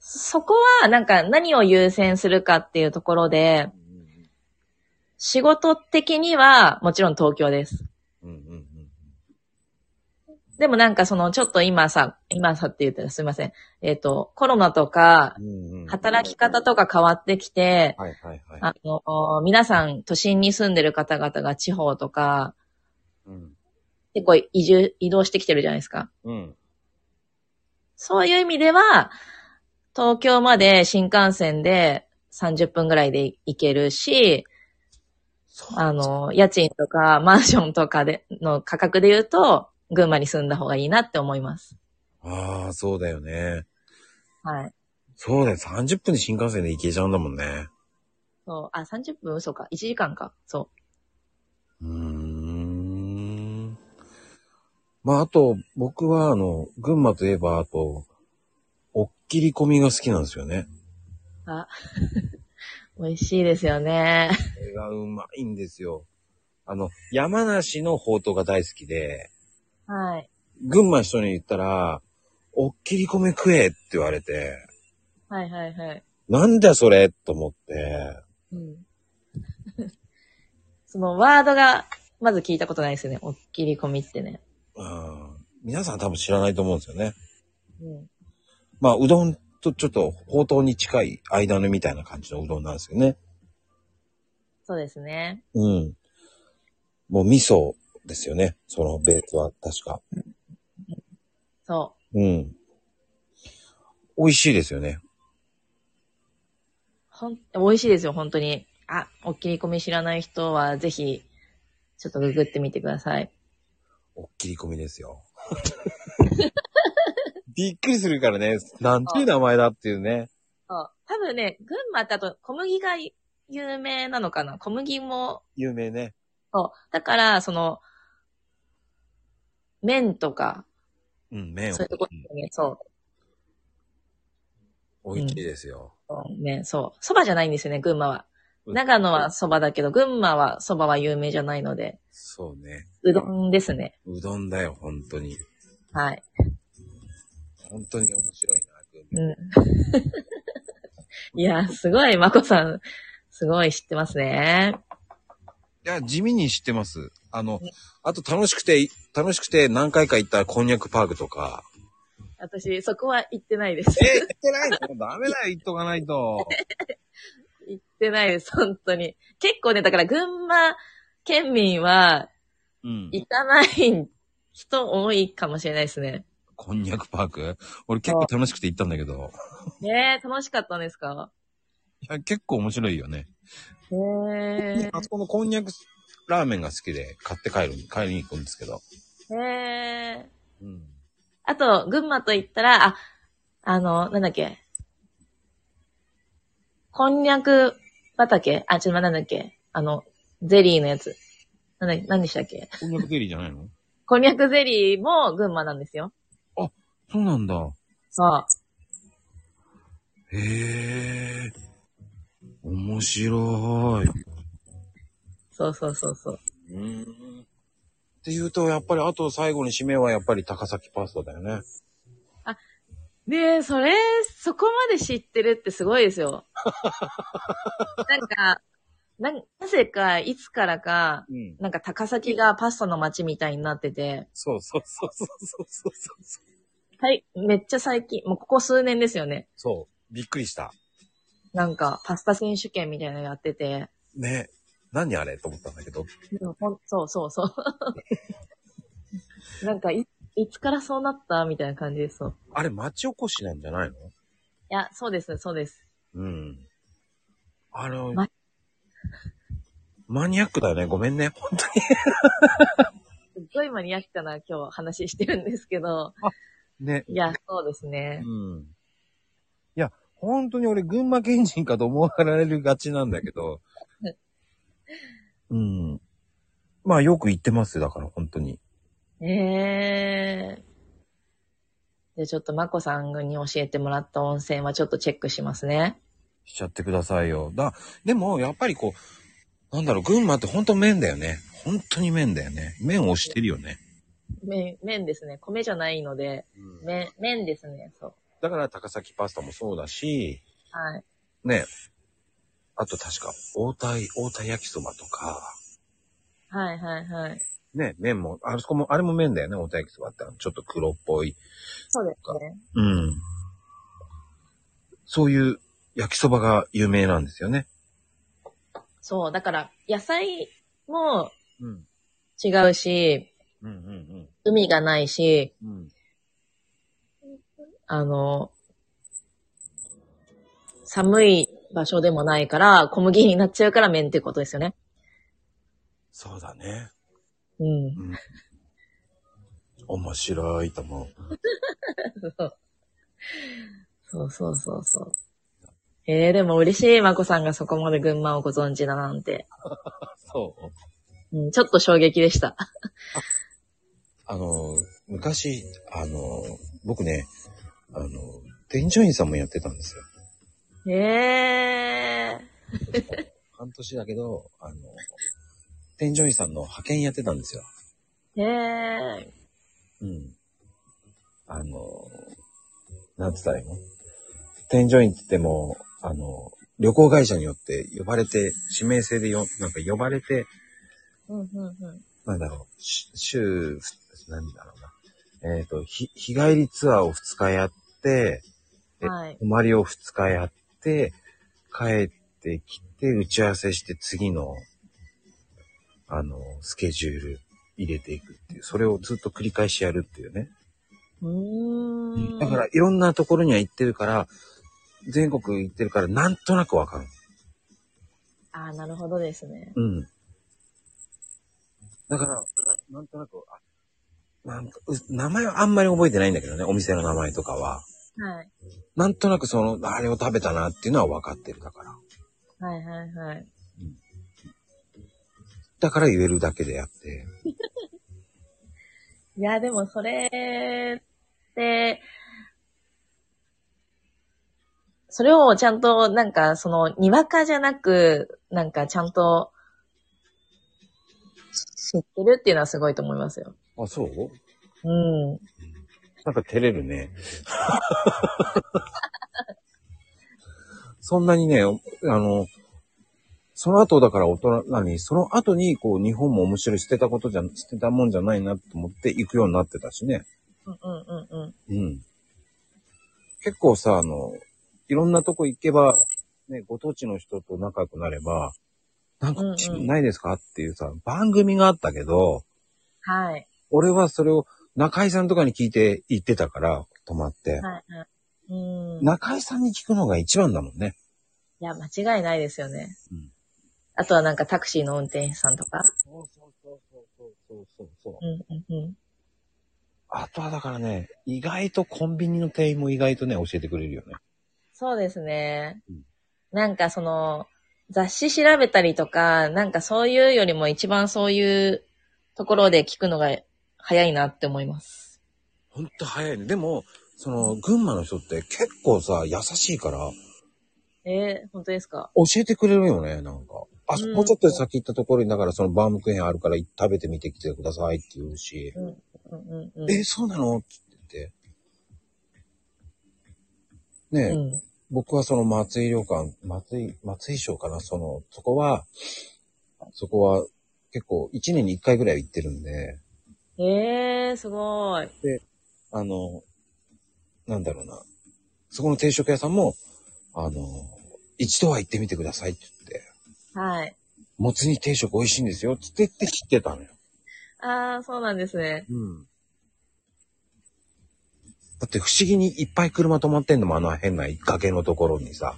Speaker 2: そこは、なんか何を優先するかっていうところで、仕事的にはもちろん東京です。
Speaker 1: うんうんうん。
Speaker 2: でもなんかそのちょっと今さ、今さって言ったらすいません。えーっ、と、コロナとか、
Speaker 1: うんうん
Speaker 2: 働き方とか変わってきて、
Speaker 1: はいはいはい。
Speaker 2: あの、皆さん都心に住んでる方々が地方とか、
Speaker 1: うん。
Speaker 2: 結構移住、移動してきてるじゃないですか。
Speaker 1: うん。
Speaker 2: そういう意味では、東京まで新幹線で30分ぐらいで行けるし、あの、家賃とかマンションとかで、の価格で言うと、群馬に住んだ方がいいなって思います。
Speaker 1: ああ、そうだよね。
Speaker 2: はい。
Speaker 1: そうだよ。30分で新幹線で行けちゃうんだもんね。
Speaker 2: そう、あ、30分嘘か。1時間か。そう
Speaker 1: ーん。まあ、あと、僕は、あの、群馬といえば、あと、おっきり込みが好きなんですよね。
Speaker 2: う。美味しいですよね。
Speaker 1: これがうまいんですよ。あの、山梨のほうとうが大好きで、
Speaker 2: はい。
Speaker 1: 群馬の人に言ったら、おっきり込み食えって言われて、
Speaker 2: はいはいはい。
Speaker 1: なんだそれと思って、
Speaker 2: うん。 そのワードが、まず聞いたことないですよね。おっきり込みってね。
Speaker 1: うん、皆さん多分知らないと思うんですよね。
Speaker 2: うん。
Speaker 1: まあ、うどんとちょっとほうとうに近い間のみたいな感じのうどんなんですよね。
Speaker 2: そうですね。
Speaker 1: うん。もう味噌ですよね。そのベースは確か。
Speaker 2: そ
Speaker 1: うん。美味しいですよね。
Speaker 2: う。ほん、美味しいですよ、本当に。あ、おっきり込み知らない人は、ぜひ、ちょっとググってみてください。
Speaker 1: おっきり込みです よ。びっくりするからね。なんていう名前だっていうね。
Speaker 2: そう。多分ね、群馬ってあと小麦が有名なのかな小麦も、
Speaker 1: 有名ね。
Speaker 2: そう。だから、その、麺とか、
Speaker 1: うん、麺を
Speaker 2: そういうところですよね。そう
Speaker 1: 美味しいですよ。
Speaker 2: そう。ね、そう。蕎麦じゃないんですよね、群馬は。
Speaker 1: うん
Speaker 2: 長野は蕎麦だけど、群馬は蕎麦は有名じゃないので、
Speaker 1: そうね。
Speaker 2: うどんですね。
Speaker 1: うどんだよ、本当に。
Speaker 2: はい。
Speaker 1: 本当に面白いな、
Speaker 2: うん。いや、すごい、まこさん、すごい知ってますね。
Speaker 1: いや、地味に知ってます。あの、あと楽しくて、楽しくて何回か行ったこんにゃくパークとか。
Speaker 2: 私、そこは行ってないです。
Speaker 1: え、行ってないのダメだよ、行っとかないと。
Speaker 2: 行ってないです、本当に。結構ね、だから群馬県民は
Speaker 1: うん。
Speaker 2: 行かない人多いかもしれないですね。
Speaker 1: こんにゃくパーク俺結構楽しくて行ったんだけど。
Speaker 2: ねえ、楽しかったんですか
Speaker 1: いや、結構面白いよね。
Speaker 2: へえ。
Speaker 1: あそこのこんにゃくラーメンが好きで買って帰る、帰りに行くんですけど。
Speaker 2: へえ。
Speaker 1: うん。
Speaker 2: あと、群馬と言ったら、あ、あの、なんだっけ。こんにゃく畑あ、ちょっと待ってなんだっけ。あの、ゼリーのやつ。なんだ、何でしたっけ。
Speaker 1: こんにゃくゼリーじゃないの
Speaker 2: こんにゃくゼリーも群馬なんですよ。
Speaker 1: そうなんだ。
Speaker 2: そう。
Speaker 1: へえ。面白い。
Speaker 2: そうそうそうそう。
Speaker 1: うんっていうと、やっぱり、あと最後に締めはやっぱり高崎パスタだよね。
Speaker 2: で、それ、そこまで知ってるってすごいです よ。なんか、な、なぜか、いつからか、
Speaker 1: うん。
Speaker 2: なんか高崎がパスタの街みたいになってて、
Speaker 1: そうそうそうそうそうそうそう。
Speaker 2: はい、めっちゃ最近、もうここ数年ですよね。
Speaker 1: そう。びっくりした。
Speaker 2: なんか、パスタ選手権みたいなのやってて、
Speaker 1: ね。何あれと思ったんだけど。
Speaker 2: でもほんそうそうそう。 なんかい、いつからそうなったみたいな感じです。そう
Speaker 1: あれ、町おこしなんじゃないの
Speaker 2: いや、そうです、そうです。
Speaker 1: うん。あの、
Speaker 2: ま
Speaker 1: マニアックだよね。ごめんね。本当に。
Speaker 2: すっごいマニアックな今日話してるんですけど、
Speaker 1: ね。
Speaker 2: いや、そうですね。
Speaker 1: うん。いや、本当に俺、群馬県人かと思われるがちなんだけど。うん。まあ、よく行ってますよ。だから、本当に。
Speaker 2: ええで、ちょっとまこさんに教えてもらった温泉はちょっとチェックしますね。
Speaker 1: しちゃってくださいよ。だ、でも、やっぱりこう、なんだろう、群馬って本当麺だよね。本当に麺だよね。麺を押してるよね。
Speaker 2: 麺、麺ですね。米じゃないので、麺、麺ですね。そう。
Speaker 1: だから、高崎パスタもそうだし、
Speaker 2: はい。
Speaker 1: ね。あと確か、大田い、大田焼きそばとか、
Speaker 2: はいはいはい。
Speaker 1: ね、麺も、あそこも、あれも麺だよね、大田焼きそばって。ちょっと黒っぽい。
Speaker 2: そうですね。
Speaker 1: うん。そういう焼きそばが有名なんですよね。
Speaker 2: そう。だから、野菜も
Speaker 1: うん。
Speaker 2: 違うし、
Speaker 1: うんうん
Speaker 2: 海がないし、
Speaker 1: うん。うん。
Speaker 2: あの、寒い場所でもないから、小麦になっちゃうから麺ってことですよね。
Speaker 1: そうだね。
Speaker 2: うん。
Speaker 1: うん。面白いと思う。
Speaker 2: そうそうそうそう。ええでも嬉しい、まこさんがそこまで群馬をご存知だなんて。
Speaker 1: そう。
Speaker 2: うん、ちょっと衝撃でした。
Speaker 1: あの、昔、あの、僕ね、あの、店長員さんもやってたんですよ。
Speaker 2: ええ
Speaker 1: 半年だけど、あの、店長員さんの派遣やってたんですよ。
Speaker 2: ええ
Speaker 1: うん。あの、なんつったらいいの添乗員って言っても、あの、旅行会社によって呼ばれて、指名制でよ、なんか呼ばれて、
Speaker 2: うんうんうん。
Speaker 1: なんだろう、し週、何だろうな。えっ、と、ひ日帰りツアーを2日やって、え
Speaker 2: はい。
Speaker 1: 泊まりを2日やって、帰ってきて、打ち合わせして次の、あの、スケジュール入れていくっていう、それをずっと繰り返しやるっていうね。
Speaker 2: うーん。
Speaker 1: だから、いろんなところには行ってるから、全国行ってるから、なんとなくわかる。
Speaker 2: ああ、なるほどですね。
Speaker 1: うん。だから、なんとなく、あなんか、う名前はあんまり覚えてないんだけどね、お店の名前とかは。
Speaker 2: はい。
Speaker 1: なんとなくその、あれを食べたなっていうのは分かってるだから。
Speaker 2: はいはいはい。
Speaker 1: だから言えるだけであって。
Speaker 2: いや、でもそれって、それをちゃんと、なんか、その、にわかじゃなく、なんか、ちゃんと、知ってるっていうのはすごいと思いますよ。
Speaker 1: あ、そう
Speaker 2: うん。
Speaker 1: なんか照れるね。そんなにね、あの、その後だから大人なのに、その後にこう日本も面白い捨てたことじゃ、捨てたもんじゃないなと思って行くようになってたしね。
Speaker 2: うんうんうんうん。
Speaker 1: うん。結構さ、あの、いろんなとこ行けば、ね、ご当地の人と仲良くなれば、なんか
Speaker 2: うんうん
Speaker 1: ないですかっていうさ、番組があったけど、
Speaker 2: はい。
Speaker 1: 俺はそれを中井さんとかに聞いて行ってたから、泊まって。
Speaker 2: はいはい。うん。
Speaker 1: 中井さんに聞くのが一番だもんね。
Speaker 2: いや、間違いないですよね。
Speaker 1: うん
Speaker 2: あとはなんかタクシーの運転手さんとか。
Speaker 1: そうそうそうそうそうそうそう。
Speaker 2: うんうんうん。
Speaker 1: あとはだからね、意外とコンビニの店員も意外とね、教えてくれるよね。
Speaker 2: そうですね
Speaker 1: うん。
Speaker 2: なんかその、雑誌調べたりとか、なんかそういうよりも一番そういうところで聞くのが早いなって思います。
Speaker 1: ほんと早いね。でも、その、群馬の人って結構さ、優しいから、
Speaker 2: えー、本当ですか
Speaker 1: 教えてくれるよね、なんか。あ、
Speaker 2: うん
Speaker 1: もうちょっと先行ったところに、だからそのバームクーヘンあるから食べてみてきてくださいって言うし、
Speaker 2: うんうんうん。
Speaker 1: え、そうなのって言って。ねえ、
Speaker 2: うん。
Speaker 1: 僕はその松井旅館、松井、松井省かな、その、そこは、そこは結構1年に1回ぐらいは行ってるんで、
Speaker 2: えー、すごい。
Speaker 1: あの、なんだろうな。そこの定食屋さんも、あの、一度は行ってみてくださいって言って、
Speaker 2: はい。
Speaker 1: もつ煮定食美味しいんですよって言って知ってたのよ。
Speaker 2: あー、そうなんですね。
Speaker 1: うん。だって不思議にいっぱい車止まってんのもあの変な崖のところにさ、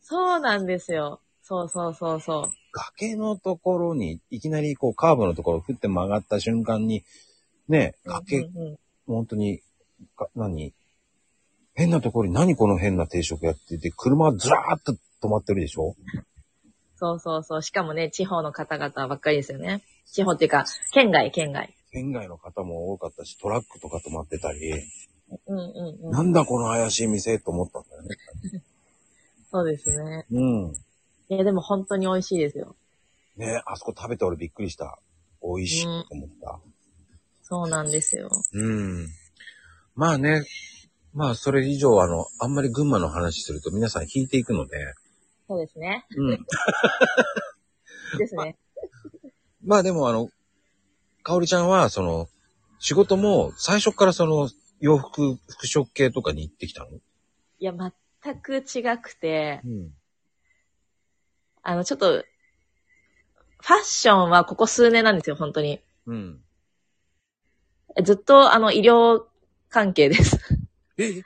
Speaker 2: そうなんですよ。そうそうそうそう。
Speaker 1: 崖のところにいきなりこうカーブのところを振って曲がった瞬間に、ね、崖、
Speaker 2: うんうんうん
Speaker 1: 本当に、か何変なところに何この変な定食やってて、車がずらーっと止まってるでしょ
Speaker 2: そうそうそう。しかもね、地方の方々ばっかりですよね。地方っていうか、県外、県外。
Speaker 1: 県外の方も多かったし、トラックとか止まってたり、
Speaker 2: うんうんう。
Speaker 1: なんんだこの怪しい店と思ったんだよね。
Speaker 2: そうですね。
Speaker 1: うん。
Speaker 2: いや、でも本当に美味しいですよ。
Speaker 1: ねあそこ食べて俺びっくりした。美味しいと思った。
Speaker 2: そうなんですよ。
Speaker 1: うん。まあね、まあそれ以上あの、あんまり群馬の話すると皆さん引いていくので、
Speaker 2: そうですね。
Speaker 1: うん。
Speaker 2: ですね。
Speaker 1: まあでもあの、かおりちゃんはその、仕事も最初からその、洋服、服飾系とかに行ってきたの
Speaker 2: いや、全く違くて、
Speaker 1: うん。
Speaker 2: あの、ちょっと、ファッションはここ数年なんですよ、本当に。
Speaker 1: うん。
Speaker 2: ずっと、あの、医療関係です。
Speaker 1: え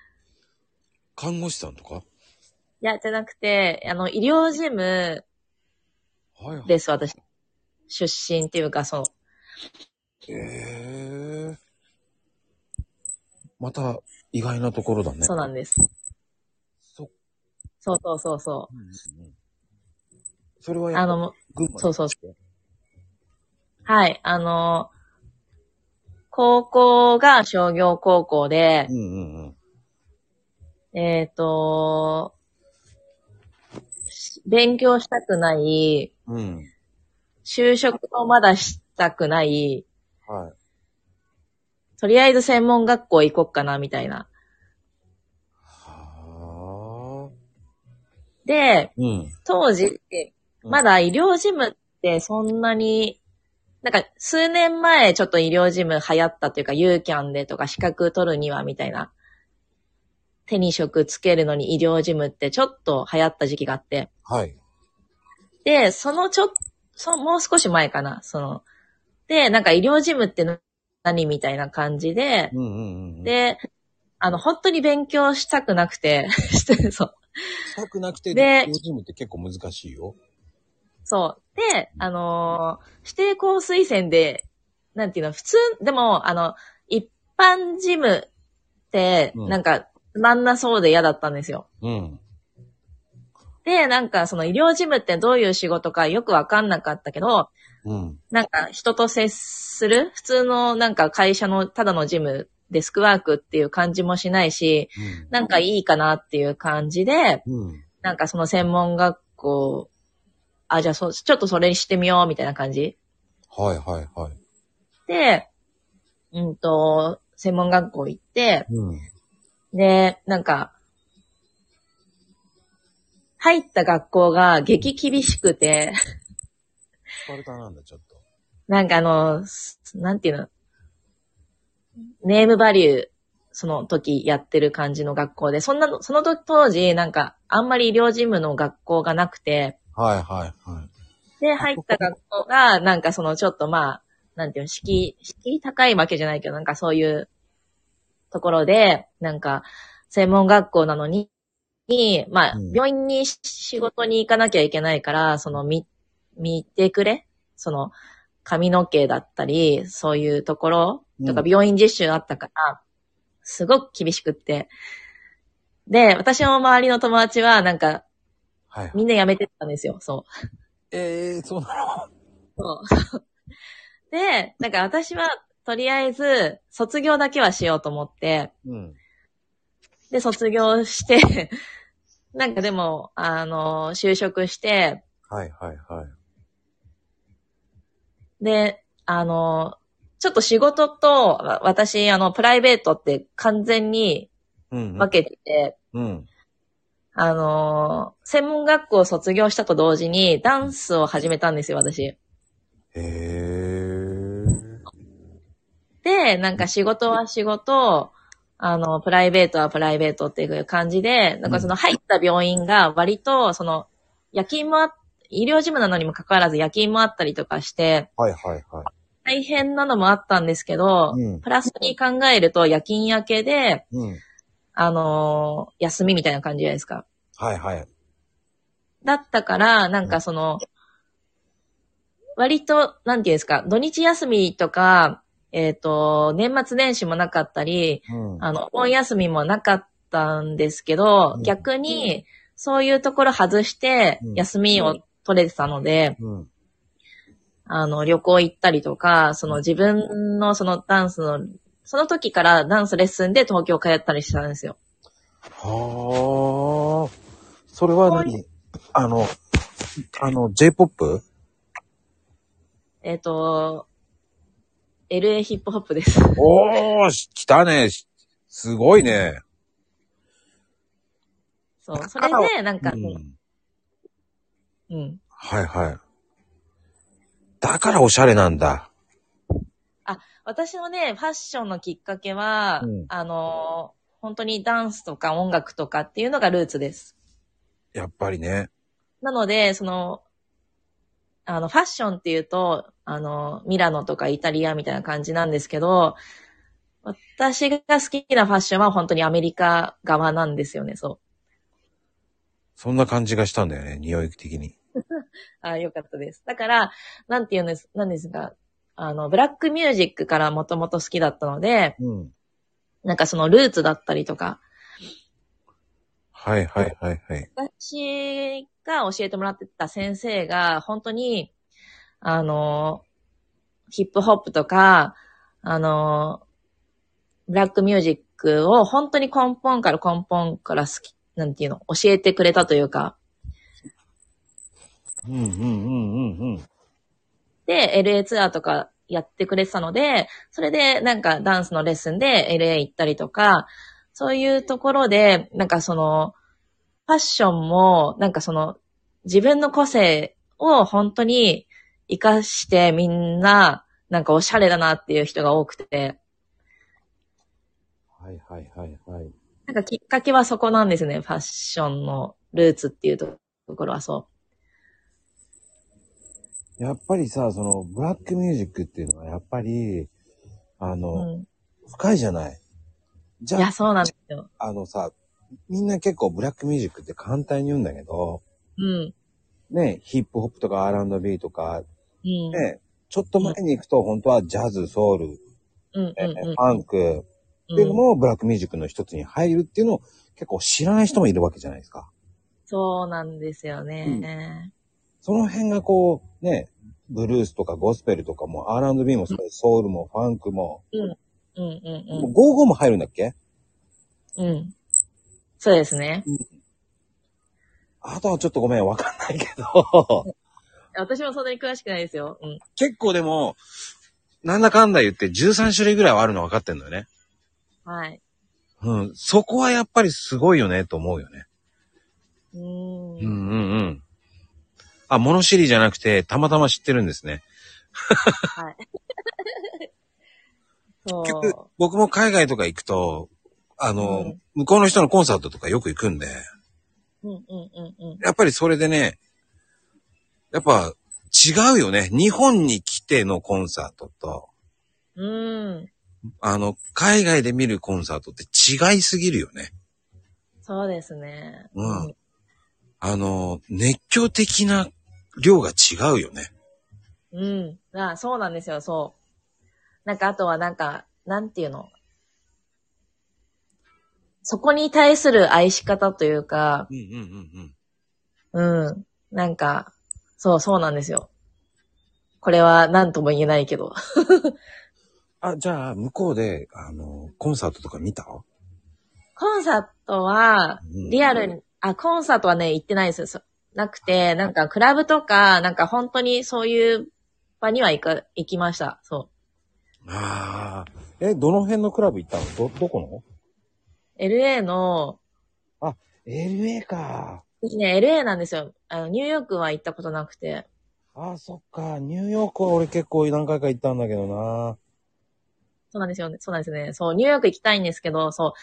Speaker 1: 看護師さんとか
Speaker 2: いや、じゃなくて、あの、医療事務
Speaker 1: はいはい。
Speaker 2: です、私。出身っていうか、その、
Speaker 1: へえ。また意外なところだね。
Speaker 2: そうなんです。
Speaker 1: そっ
Speaker 2: そうそうそうそ
Speaker 1: うんうんうんそれは
Speaker 2: う。
Speaker 1: や
Speaker 2: あ
Speaker 1: っぱ
Speaker 2: の、
Speaker 1: 群馬
Speaker 2: そうそうそう。はい、あの、高校が商業高校で
Speaker 1: う、んうんうん。
Speaker 2: えっ、と、し勉強したくない、
Speaker 1: うん。
Speaker 2: 就職をまだしたくない、
Speaker 1: はい。
Speaker 2: とりあえず専門学校行こっかな、みたいな。
Speaker 1: はあ。
Speaker 2: で、
Speaker 1: うん。
Speaker 2: 当時、
Speaker 1: うん
Speaker 2: まだ医療事務ってそんなに、なんか数年前ちょっと医療事務流行ったというか、ユーキャンでとか資格取るにはみたいな、手に職つけるのに医療事務ってちょっと流行った時期があって、
Speaker 1: はい。
Speaker 2: で、そのちょっそのもう少し前かな、その、で、なんか医療事務って何みたいな感じで、
Speaker 1: うんうんうんうん。、
Speaker 2: で、あの、本当に勉強したくなくて、 して、そう。
Speaker 1: したくなくて、
Speaker 2: で
Speaker 1: 幼児部って結構難しいよ。
Speaker 2: そう。で、あのー指定校推薦で、なんていうの、普通、でも、あの、一般事務って、
Speaker 1: うん
Speaker 2: なんか、つまんなそうで嫌だったんですよ。
Speaker 1: うん。
Speaker 2: で、なんか、その医療事務ってどういう仕事かよくわかんなかったけど、
Speaker 1: うん。
Speaker 2: なんか、人と接する、普通のなんか会社のただの事務、デスクワークっていう感じもしないし、なんかいいかなっていう感じで、
Speaker 1: うん。
Speaker 2: なんかその専門学校、あ、じゃあそ、ちょっとそれしてみようみたいな感じ
Speaker 1: はいはいはい。
Speaker 2: で、うんと、専門学校行って、
Speaker 1: うん。
Speaker 2: で、なんか、入った学校が激厳しくて、
Speaker 1: スパルタなんだ、ちょっと。
Speaker 2: なんかあの、すなんていうの、ネームバリュー、その時やってる感じの学校で、そんなの、その時当時、なんか、あんまり医療事務の学校がなくて、
Speaker 1: はいはいはい。
Speaker 2: で、入った学校が、なんかそのちょっとまあ、なんていうの、敷居、敷居高いわけじゃないけど、なんかそういうところで、なんか、専門学校なのに、に、まあ
Speaker 1: うん、
Speaker 2: 病院にし仕事に行かなきゃいけないから、その、み、見てくれその、髪の毛だったり、そういうところとか
Speaker 1: う、ん
Speaker 2: 病院実習あったから、すごく厳しくって。で、私の周りの友達は、なんか、
Speaker 1: はい。
Speaker 2: みんな辞めてったんですよ、そう。
Speaker 1: ええそうなの
Speaker 2: そう。で、なんか私は、とりあえず、卒業だけはしようと思って、
Speaker 1: うん。
Speaker 2: で、卒業して、 なんかでも、あの、就職して、
Speaker 1: はいはいはい。
Speaker 2: で、あの、ちょっと仕事と、わ私、あの、プライベートって完全に
Speaker 1: うん
Speaker 2: 分けてて、
Speaker 1: うん。
Speaker 2: あの、専門学校を卒業したと同時に、ダンスを始めたんですよ、私。
Speaker 1: へえ。
Speaker 2: で、なんか仕事は仕事、あの、プライベートはプライベートっていう感じで、なんかその入った病院が割と、その、夜勤もあ、医療事務なのにもかかわらず夜勤もあったりとかして、
Speaker 1: はいはいは
Speaker 2: 大変なのもあったんですけど、
Speaker 1: い。うん。
Speaker 2: プラスに考えると夜勤明けで、
Speaker 1: うん。
Speaker 2: あのー休みみたいな感じじゃないですか。
Speaker 1: はいはい。
Speaker 2: だったから、なんかその、割と、なんていうんですか、土日休みとか、えっ、と、年末年始もなかったり、
Speaker 1: うん。
Speaker 2: あの、お盆休みもなかったんですけど
Speaker 1: う、ん
Speaker 2: 逆に、そういうところ外して
Speaker 1: うん、
Speaker 2: 休みを取れてたので、
Speaker 1: うん。
Speaker 2: あの、旅行行ったりとか、その自分のそのダンスの、その時からダンスレッスンで東京通ったりしたんですよ。
Speaker 1: はあ。それは何あの、あの、J-POP?
Speaker 2: えっ、と、LA ヒップホップです。
Speaker 1: おー、し来たね。しすごいね。
Speaker 2: そう。それで、なんか、
Speaker 1: うん。
Speaker 2: うん。
Speaker 1: はいはい。だからおしゃれなんだ。
Speaker 2: 私のね、ファッションのきっかけは、
Speaker 1: うん
Speaker 2: あの、本当にダンスとか音楽とかっていうのがルーツです。
Speaker 1: やっぱりね。
Speaker 2: なので、その、あの、ファッションっていうと、あの、ミラノとかイタリアみたいな感じなんですけど、私が好きなファッションは本当にアメリカ側なんですよね、そう。
Speaker 1: そんな感じがしたんだよね、匂い的に。
Speaker 2: あよかったです。だから、なんていうんです、なんですか、あの、ブラックミュージックからもともと好きだったので、
Speaker 1: うん。
Speaker 2: なんかそのルーツだったりとか、
Speaker 1: はいはいはいはい。
Speaker 2: 私が教えてもらってた先生が、本当に、あの、ヒップホップとか、あの、ブラックミュージックを本当に根本から根本から好き、なんていうの、教えてくれたというか、
Speaker 1: うんうんうんうんうん。
Speaker 2: で、LA ツアーとかやってくれてたので、それでなんかダンスのレッスンで LA 行ったりとか、そういうところで、なんかその、ファッションも、なんかその、自分の個性を本当に活かしてみんな、なんかおしゃれだなっていう人が多くて、
Speaker 1: はいはいはいはい。
Speaker 2: なんかきっかけはそこなんですね、ファッションのルーツっていうところはそ
Speaker 1: やっぱりさ、その、ブラックミュージックっていうのは、やっぱり、あの、
Speaker 2: う。うん。
Speaker 1: 深いじゃない。じ
Speaker 2: い
Speaker 1: ゃ
Speaker 2: や、そうなんですよ。
Speaker 1: あ、あのさ、みんな結構ブラックミュージックって簡単に言うんだけど、
Speaker 2: うん。
Speaker 1: ね、ヒップホップとか R&B とか、
Speaker 2: うん。
Speaker 1: ね、ちょっと前に行くと本当はジャズ、ソウル、
Speaker 2: うん。
Speaker 1: え
Speaker 2: うん。
Speaker 1: ファンクっていうの
Speaker 2: うん。
Speaker 1: もブラックミュージックの一つに入るっていうのを結構知らない人もいるわけじゃないですか。
Speaker 2: そうなんですよね。
Speaker 1: その辺がこう、ね、ブルースとかゴスペルとかも R&B もそうですソウルもファンクも、
Speaker 2: うんうん
Speaker 1: もうゴーゴーも入るんだっけ
Speaker 2: うん。うん。そうですね。
Speaker 1: あとはちょっとごめん、わかんないけ ど、
Speaker 2: 私もそんなに詳しくないですよ。うん。
Speaker 1: 結構でも、なんだかんだ言って13種類ぐらいはあるの分かってんだよね。
Speaker 2: はい。
Speaker 1: うん。そこはやっぱりすごいよね、と思うよね。
Speaker 2: うー
Speaker 1: うん
Speaker 2: ん。
Speaker 1: うんうん。あ、物知りじゃなくて、たまたま知ってるんですね。結局
Speaker 2: そ
Speaker 1: 僕も海外とか行くと、あの、
Speaker 2: うん
Speaker 1: 向こうの人のコンサートとかよく行くんで、
Speaker 2: う。うんうんうんうん。
Speaker 1: やっぱりそれでね、やっぱ違うよね。日本に来てのコンサートと、
Speaker 2: うん。
Speaker 1: あの、海外で見るコンサートって違いすぎるよね。
Speaker 2: そうですね。
Speaker 1: うんあの、熱狂的な量が違うよね。
Speaker 2: うん。あそうなんですよ、そう。なんか、あとはなんか、なんていうの。そこに対する愛し方というか、
Speaker 1: うんうんうんうん。
Speaker 2: うん。なんか、そう、そうなんですよ。これは何とも言えないけど。
Speaker 1: あ、じゃあ、向こうで、あの、コンサートとか見た
Speaker 2: コンサートは、
Speaker 1: うん
Speaker 2: リアルに、あ、コンサートはね、行ってないですよそ。なくて、なんか、クラブとか、なんか本当にそういう場には行か、行きました。そ
Speaker 1: ああ。え、どの辺のクラブ行ったのど、どこの
Speaker 2: う。LA の、
Speaker 1: ?LA か。
Speaker 2: 私ね、LA なんですよ。あの、ニューヨークは行ったことなくて。
Speaker 1: ああ、そっか。ニューヨークは俺結構何回か行ったんだけどな。
Speaker 2: そうなんですよね。そうなんですね。そう、ニューヨーク行きたいんですけど、そ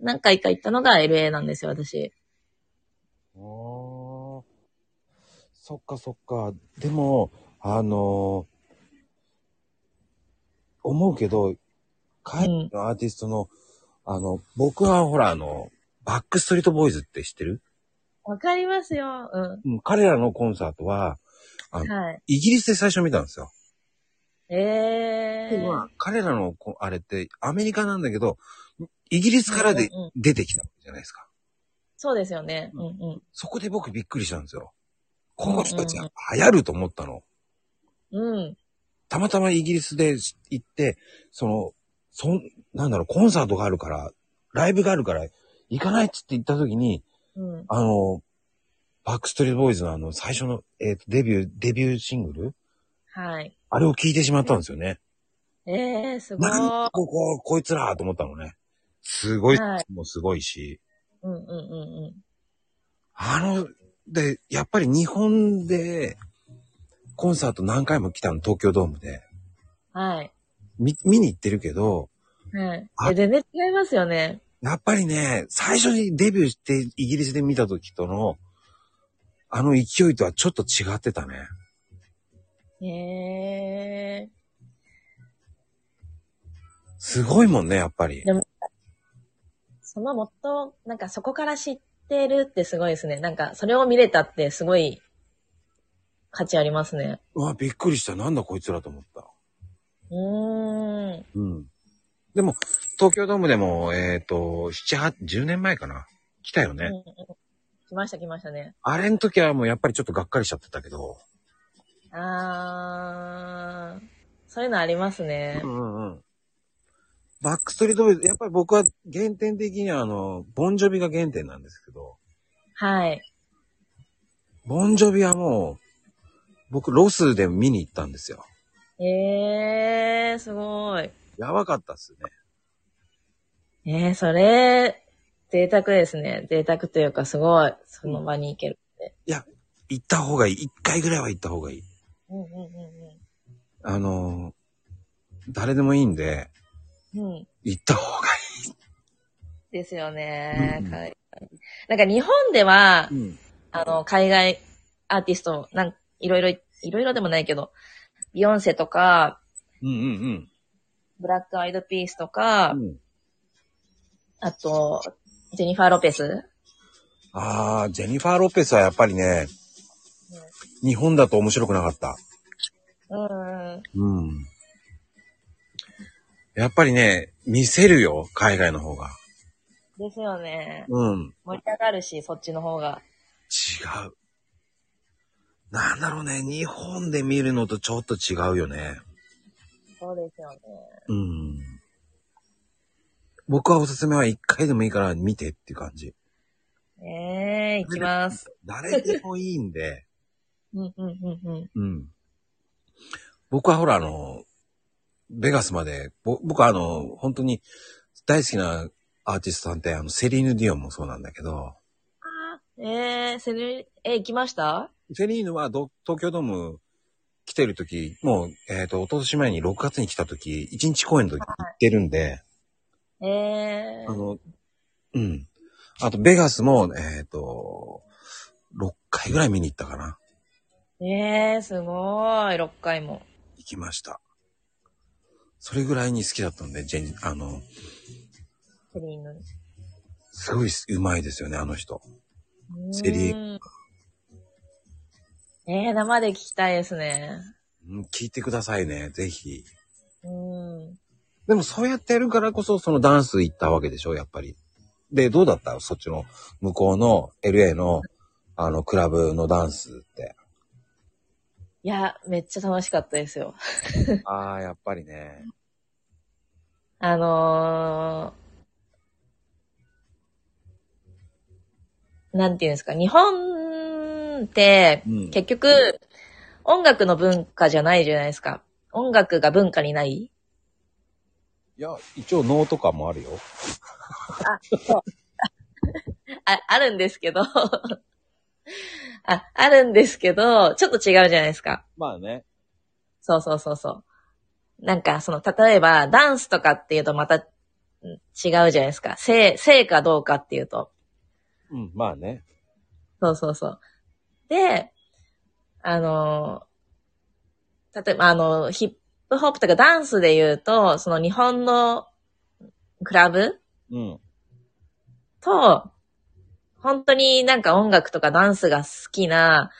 Speaker 2: う、何回か行ったのが LA なんですよ、私。
Speaker 1: あーそっかそっか。でも、あのー思うけど、海外のアーティストの、あの、僕はほら、あの、バックストリートボーイズって知ってる、
Speaker 2: わかりますよ。う
Speaker 1: うん、彼らのコンサートは、
Speaker 2: ん。はい。
Speaker 1: イギリスで最初見たんですよ。
Speaker 2: ええー。
Speaker 1: まあ、彼らのこ、あれって、アメリカなんだけど、イギリスからで
Speaker 2: うんうん
Speaker 1: 出てきたわけじゃないですか。
Speaker 2: そうですよね。うんうん。
Speaker 1: そこで僕びっくりしたんですよ。この人たち
Speaker 2: うんう
Speaker 1: 流行ると思ったの。
Speaker 2: うん。
Speaker 1: たまたまイギリスで行って、その、そん、なんだろう、コンサートがあるから、ライブがあるから、行かないっつって言った時に、
Speaker 2: うん。
Speaker 1: あの、バックストリートボーイズのあの、最初の、えーと、デビュー、デビューシングル
Speaker 2: はい。
Speaker 1: あれを聞いてしまったんですよね。
Speaker 2: ええー、すごい。
Speaker 1: なんここ、こいつらと思ったのね。すごい、
Speaker 2: はい
Speaker 1: もうすごいし。
Speaker 2: うんうんうんうん。
Speaker 1: あの、で、やっぱり日本で、コンサート何回も来たの、東京ドームで。
Speaker 2: はい。
Speaker 1: 見、見に行ってるけど、
Speaker 2: はい。
Speaker 1: あ
Speaker 2: え全然違いますよね。
Speaker 1: やっぱりね、最初にデビューしてイギリスで見た時との、あの勢いとはちょっと違ってたね。
Speaker 2: ええ
Speaker 1: すごいもんね、やっぱり。
Speaker 2: ー。そのもっと、なんかそこから知ってるってすごいですね。なんかそれを見れたってすごい価値ありますね。
Speaker 1: うわ、びっくりした。なんだこいつらと思った。
Speaker 2: うーん。
Speaker 1: うん。でも、東京ドームでも、えっ、と、7、8、10年前かな。来たよね。
Speaker 2: うんうん来ました来ましたね。
Speaker 1: あれの時はもうやっぱりちょっとがっかりしちゃってたけど。
Speaker 2: あー、そういうのありますね
Speaker 1: う。んうんうん。バックストリートボーイズ、やっぱり僕は原点的にはあの、ボンジョビが原点なんですけど、
Speaker 2: はい。
Speaker 1: ボンジョビはもう、僕ロスで見に行ったんですよ。
Speaker 2: えー、すごい。
Speaker 1: やばかったっすね。
Speaker 2: えー、それ、贅沢ですね。贅沢というかすごい。その場に行けるって。
Speaker 1: 行った方がいい。一回ぐらいは行った方がいい。
Speaker 2: うんうんう
Speaker 1: あの、誰でもいいんで、
Speaker 2: んうん。うん。
Speaker 1: 行った方が
Speaker 2: ですよね
Speaker 1: う。ん
Speaker 2: 海外なんか日本では、
Speaker 1: いい。うん。
Speaker 2: あの、海外アーティスト、なんいろいろ、いろいろでもないけど、ビヨンセとか、
Speaker 1: うんうん
Speaker 2: ブラックアイドピースとか、
Speaker 1: うん。
Speaker 2: あと、ジェニファー・ロペス
Speaker 1: あー、ジェニファー・ロペスはやっぱりね、日本だと面白くなかった。
Speaker 2: うん。
Speaker 1: うん。やっぱりね、見せるよ、海外の方が。
Speaker 2: ですよね。
Speaker 1: うん。
Speaker 2: 盛り上がるし、そっちの方が。
Speaker 1: 違う。なんだろうね、日本で見るのとちょっと違うよね。
Speaker 2: そうですよね。
Speaker 1: うん。僕はおすすめは一回でもいいから見てっていう感じ。
Speaker 2: ええー、行きます。
Speaker 1: 誰でもいいんで、
Speaker 2: うんうんうんうん。
Speaker 1: うん。僕はほらあの、ベガスまで、ぼ僕はあの、本当に、大好きなアーティストさんって、あの、セリーヌ・ディオンもそうなんだけど、
Speaker 2: えー、セリ、え、行きました
Speaker 1: セリーヌはど東京ドーム来てる時、もう、えっ、と、おととし前に6月に来た時、1日公演の時行ってるんで、
Speaker 2: え
Speaker 1: あ
Speaker 2: ー、
Speaker 1: の、うん。あと、ベガスも、えっ、と、6回ぐらい見に行ったかな。
Speaker 2: えー、すごい、6回も。
Speaker 1: 行きました。それぐらいに好きだったんで、ジェン、あの、
Speaker 2: セリーヌ。
Speaker 1: すごいすうまいですよね、あの人。セリ
Speaker 2: ーえー、生で聞きたいですね。
Speaker 1: うん、聞いてくださいね、ぜひ。
Speaker 2: うん。
Speaker 1: でもそうやってやるからこそ、そのダンス行ったわけでしょ、やっぱり。で、どうだったそっちの、向こうの LA の、あの、クラブのダンスって。
Speaker 2: いや、めっちゃ楽しかったですよ。
Speaker 1: ああ、やっぱりね。
Speaker 2: あのー、なんていうんですか、日本って
Speaker 1: うん
Speaker 2: 結局音楽の文化じゃないじゃないですか。音楽が文化にない
Speaker 1: いや、一応能とかもあるよ。
Speaker 2: あ、あるんですけど。 あ、あるんですけど、ちょっと違うじゃないですか。
Speaker 1: まあね。
Speaker 2: そうそうそうそう。なんか、その、例えば、ダンスとかっていうとまたん違うじゃないですか。性、性かどうかっていうと。
Speaker 1: うん、まあね。
Speaker 2: そうそうそう。で、あの、例えばあの、ヒップホップとかダンスで言うと、その日本のクラブ
Speaker 1: うん。
Speaker 2: と、本当になんか音楽とかダンスが好きな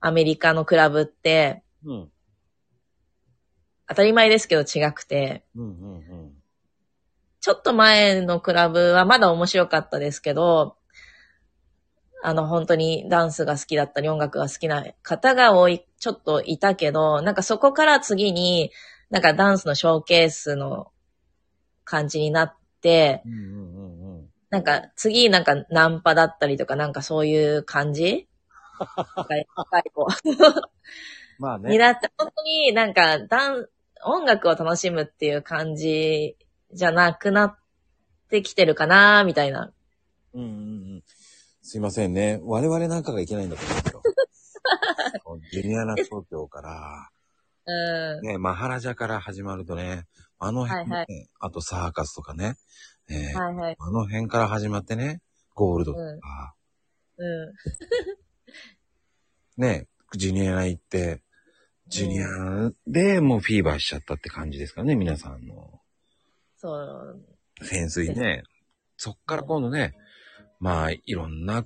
Speaker 2: アメリカのクラブって、
Speaker 1: うん。
Speaker 2: 当たり前ですけど違くて、
Speaker 1: うん、うん、
Speaker 2: ちょっと前のクラブはまだ面白かったですけど、あの本当にダンスが好きだったり音楽が好きな方が多い、ちょっといたけど、なんかそこから次になんかダンスのショーケースの感じになって、
Speaker 1: うん。うん、うん、うん、うん。
Speaker 2: なんか次なんかナンパだったりとかなんかそういう感じ若い若い子
Speaker 1: まあね
Speaker 2: に。なって、本当になんかダン、音楽を楽しむっていう感じじゃなくなってきてるかなみたいな。
Speaker 1: うんうんうん。すいませんね。我々なんかがいけないんだと思うんですよ。こうジュニアな東京から、
Speaker 2: うん。
Speaker 1: ね、マハラジャから始まるとね、あの辺、ね
Speaker 2: はい
Speaker 1: あとサーカスとかね、えー
Speaker 2: はいはい。
Speaker 1: あの辺から始まってね、ゴールドとか、
Speaker 2: う
Speaker 1: ね、ジュニア行って、ジュニアでもうフィーバーしちゃったって感じですからね、皆さんの。
Speaker 2: ん。そう。
Speaker 1: 潜水ね。そっから今度ね、まあ、いろんな、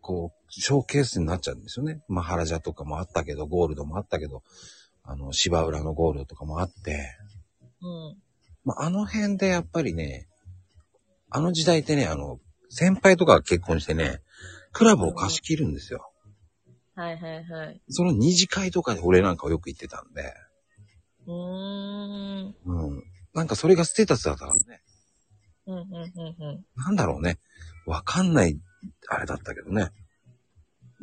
Speaker 1: こう、ショーケースになっちゃうんですよね。マハラジャとかもあったけど、ゴールドもあったけど、あの、芝浦のゴールドとかもあって、
Speaker 2: うん。
Speaker 1: まあ、あの辺でやっぱりね、あの時代ってね、あの、先輩とかが結婚してね、クラブを貸し切るんですよ。
Speaker 2: はいはいはい。
Speaker 1: その二次会とかで俺なんかはよく行ってたんで、
Speaker 2: うーん。
Speaker 1: うん。なんかそれがステータスだったからね。
Speaker 2: うんうんうんうん。
Speaker 1: なんだろうね。わかんない、あれだったけどね。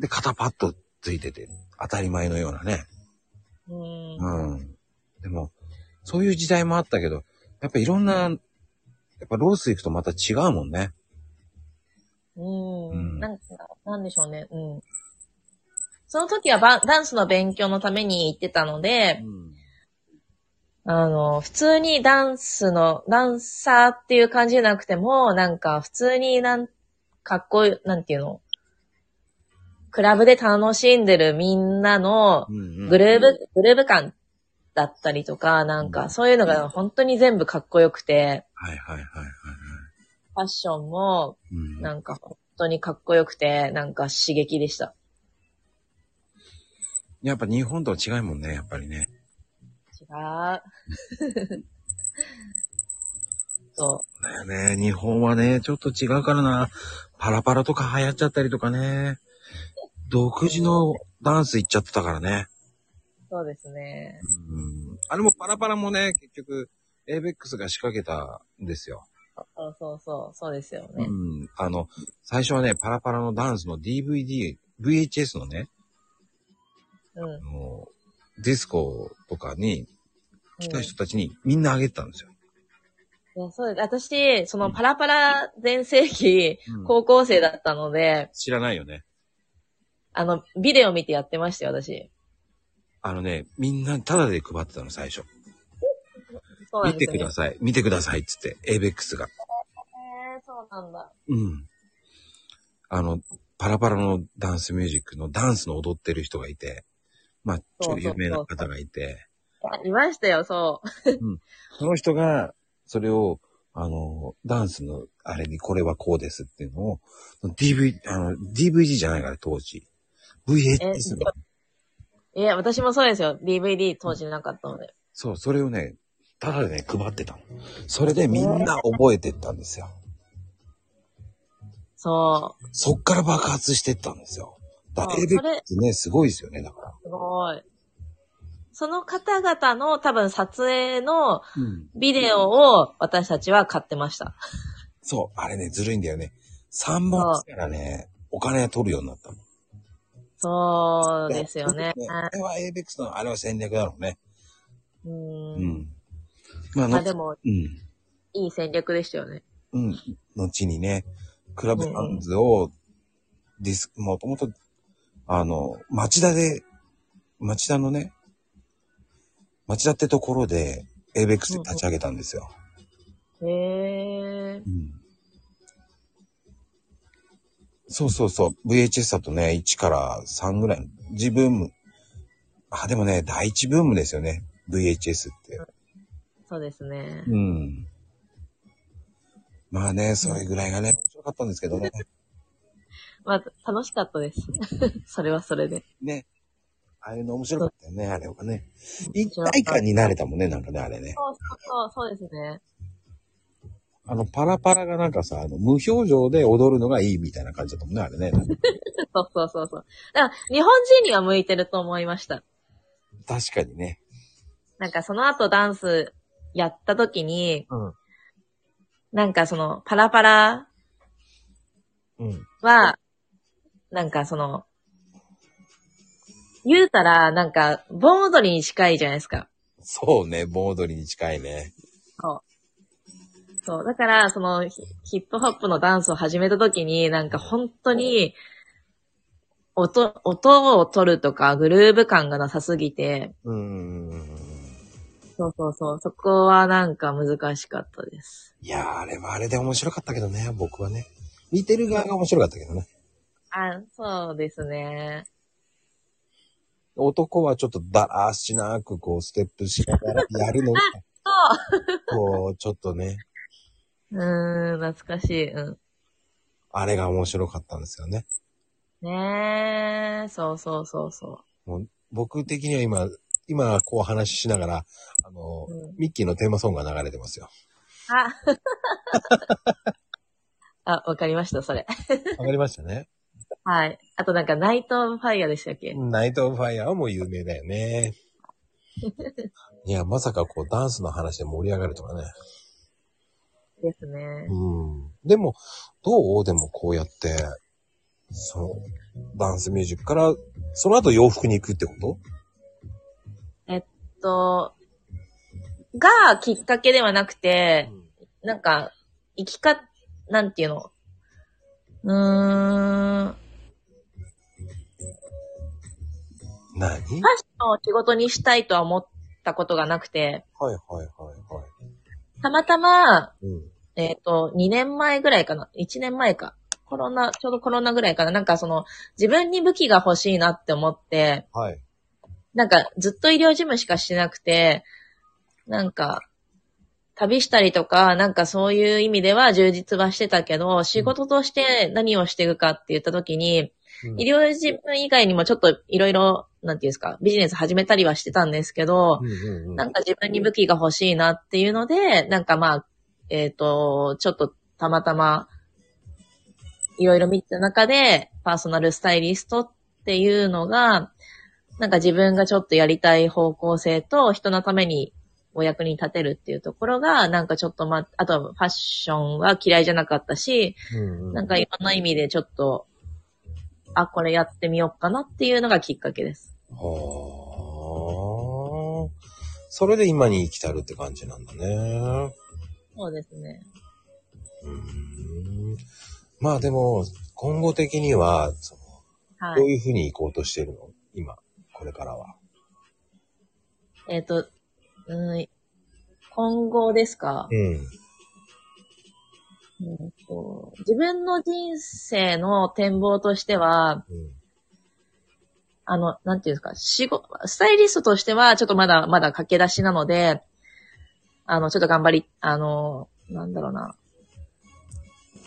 Speaker 1: で、肩パッとついてて、当たり前のようなね。
Speaker 2: うん。
Speaker 1: うん。でも、そういう時代もあったけど、やっぱいろんな、やっぱロース行くとまた違うもんね。
Speaker 2: うん。
Speaker 1: うん
Speaker 2: なんか、なんでしょうね。うん。その時はばダンスの勉強のために行ってたので、
Speaker 1: ん。
Speaker 2: あの、普通にダンスの、ダンサーっていう感じじゃなくても、なんか普通になん、かっこいい、なんていうのクラブで楽しんでるみんなの
Speaker 1: うん、うん。
Speaker 2: グルーブ、グルーブ感だったりとか、なん
Speaker 1: う
Speaker 2: か
Speaker 1: ん
Speaker 2: そういうのが本当に全部かっこよくて、
Speaker 1: はいはいはいはいはい。
Speaker 2: ファッションも
Speaker 1: うん、
Speaker 2: なんか本当にかっこよくて、なんか刺激でした。
Speaker 1: やっぱ日本とは違いもんね、やっぱりね。
Speaker 2: 違う。 そ
Speaker 1: だよね。日本はね、ちょっと違うからな。パラパラとか流行っちゃったりとかね。独自のダンス行っちゃってたからね。
Speaker 2: う、そうですね。
Speaker 1: うんあれもパラパラもね、結局、エイベックスが仕掛けたんですよ。
Speaker 2: そうそうそう、そうですよ
Speaker 1: う
Speaker 2: ね。
Speaker 1: ん。あの、最初はね、パラパラのダンスの DVD、VHS のね、
Speaker 2: うん。
Speaker 1: あのディスコとかに来た
Speaker 2: うん
Speaker 1: 人たちにみんなあげてたんですよ。
Speaker 2: へやそうです。私、そのパラパラ全盛期、
Speaker 3: うん
Speaker 2: 高校生だったので、
Speaker 3: 知らないよね。
Speaker 2: あの、ビデオ見てやってましたよ、私。
Speaker 1: あのね、みんなタダで配ってたの、最初。
Speaker 2: そうな
Speaker 1: 見
Speaker 2: んで
Speaker 1: て
Speaker 2: す
Speaker 1: く
Speaker 2: よ、ね。
Speaker 1: ださい。見てください。っつって、エイベックスが。
Speaker 2: えーそうなんだ。
Speaker 1: うん。あの、パラパラのダンスミュージックのダンスの踊ってる人がいて、まあ、ちょっと有名な方がいて、
Speaker 2: あいましたよ、そう。
Speaker 1: その人が、それを、あの、ダンスの、あれにこれはこうですっていうのを、DV、あの、DVD じゃないから、当時。VHS の。
Speaker 2: いや、私もそうですよ。DVD 当時なかったので。
Speaker 1: そう、それをね、ただでね、配ってたの。それでみんな覚えてったんですよ。
Speaker 2: そう。
Speaker 1: そっから爆発してったんですよ。だ
Speaker 2: あ
Speaker 1: エイベッ
Speaker 2: それ
Speaker 1: クスね、すごいですよね、だから。
Speaker 2: すごい。その方々の多分撮影
Speaker 1: う
Speaker 2: の
Speaker 1: ん。
Speaker 2: ビデオを私たちは買ってました。
Speaker 1: そう、あれね、ずるいんだよね。3本からね、お金取るようになったの。
Speaker 2: そうですよね。
Speaker 1: あれは ABEX の、あれは戦略だろうね。
Speaker 2: う。
Speaker 1: うんん。まあ、
Speaker 2: ま
Speaker 1: の
Speaker 2: あでも、
Speaker 1: うん。
Speaker 2: いい戦略でしたよね。
Speaker 1: うん。後にね、クラブハウンズを、ディスク、もともと、あの、町田で、町田のね、町田ってところで、ABEX で立ち上げたんですよ。
Speaker 2: へえ。
Speaker 1: うんそうそうそう。VHS だとね、1から3ぐらい。自分も。あ、でもね、第一ブームですよね。VHS って。
Speaker 2: そうですね。
Speaker 1: うん。まあね、それぐらいがね、面白かったんですけどね。
Speaker 2: まあ、楽しかったです。 それはそれで。
Speaker 1: ね。あれの面白かったよね、あれはね。
Speaker 2: 面
Speaker 1: 一
Speaker 2: 白かった
Speaker 1: 体感になれたもんね、なんかね、あれね。
Speaker 2: そうそうそう、そうですね。
Speaker 1: あの、パラパラがなんかさ、あの、無表情で踊るのがいいみたいな感じだったもんね、あれね。
Speaker 2: そうそうそうそう。だから、日本人には向いてると思いました。
Speaker 1: 確かにね。
Speaker 2: なんかその後ダンスやった時に、
Speaker 1: うん
Speaker 2: なんかそのパラパラ
Speaker 1: うん。
Speaker 2: は、なんかその、言うたら、なんか、盆踊りに近いじゃないですか。
Speaker 1: そうね、盆踊りに近いね。
Speaker 2: そう。だから、そのヒ、ヒップホップのダンスを始めた時に、なんか本当に、音、音を取るとか、グルーブ感がなさすぎて、
Speaker 1: うーん。
Speaker 2: そうそうそう、そこはなんか難しかったです。
Speaker 1: いやー、あれはあれで面白かったけどね、僕はね。見てる側が面白かったけどね。
Speaker 2: あ、そうですね。
Speaker 1: 男はちょっとだらーしなくこうステップしながらやるのが、こう、ちょっとね、
Speaker 2: うーん、懐かしい。うん。
Speaker 1: あれが面白かったんですよね。
Speaker 2: ねえ、そうそうそうそ
Speaker 1: 僕的には今、今こう話ししながら、あの、
Speaker 2: う。うん、
Speaker 1: ミッキーのテーマソングが流れてます よ。
Speaker 2: ああ、わかりました、それ。
Speaker 1: わかりましたね。
Speaker 2: はい。あとなんか、ナイトファイヤーでしたっけ、
Speaker 1: ナイトオブファイヤーも有名だよね。いや、まさかこうダンスの話で盛り上がるとかね。
Speaker 2: ですね。
Speaker 1: うん。でも、どうでもこうやって、その、ダンスミュージックから、その後洋服に行くってこと
Speaker 2: と、がきっかけではなくて、なんか、生きか、なんていうの。うーん。
Speaker 1: 何
Speaker 2: ファッションを仕事にしたいとは思ったことがなくて、
Speaker 1: はいはいはいは
Speaker 2: たまたま、
Speaker 1: い。うん。
Speaker 2: えっ、と、2年前ぐらいかな ?1 年前か。コロナ、ちょうどコロナぐらいかななんかその、自分に武器が欲しいなって思って、
Speaker 1: はい。
Speaker 2: なんかずっと医療事務しかしてなくて、なんか、旅したりとか、なんかそういう意味では充実はしてたけど、仕事として何をしていくかって言った時に、
Speaker 1: うん
Speaker 2: 医療事務以外にもちょっといろいろ、なんていうんですか、ビジネス始めたりはしてたんですけど、
Speaker 1: うんうんうん
Speaker 2: なんか自分に武器が欲しいなっていうので、なんかまあ、えっ、と、ちょっとたまたま、いろいろ見た中で、パーソナルスタイリストっていうのが、なんか自分がちょっとやりたい方向性と人のためにお役に立てるっていうところが、なんかちょっとま、あとファッションは嫌いじゃなかったし、
Speaker 1: うんう
Speaker 2: なんんかいろんな意味でちょっと、あ、これやってみようかなっていうのがきっかけです。
Speaker 1: はあ。それで今に生きたるって感じなんだね。
Speaker 2: そうですね。
Speaker 1: うんまあでも、今後的には、その、
Speaker 2: は
Speaker 1: どう
Speaker 2: い。
Speaker 1: いうふうに行こうとしてるの今、これからは。
Speaker 2: えっ、と、うん、今後ですか、
Speaker 1: うん。
Speaker 2: うんと自分の人生の展望としては、
Speaker 1: うん。
Speaker 2: あの、なんていうんですか、仕事、スタイリストとしては、ちょっとまだ、まだ駆け出しなので、あの、ちょっと頑張り、あの、なんだろうな、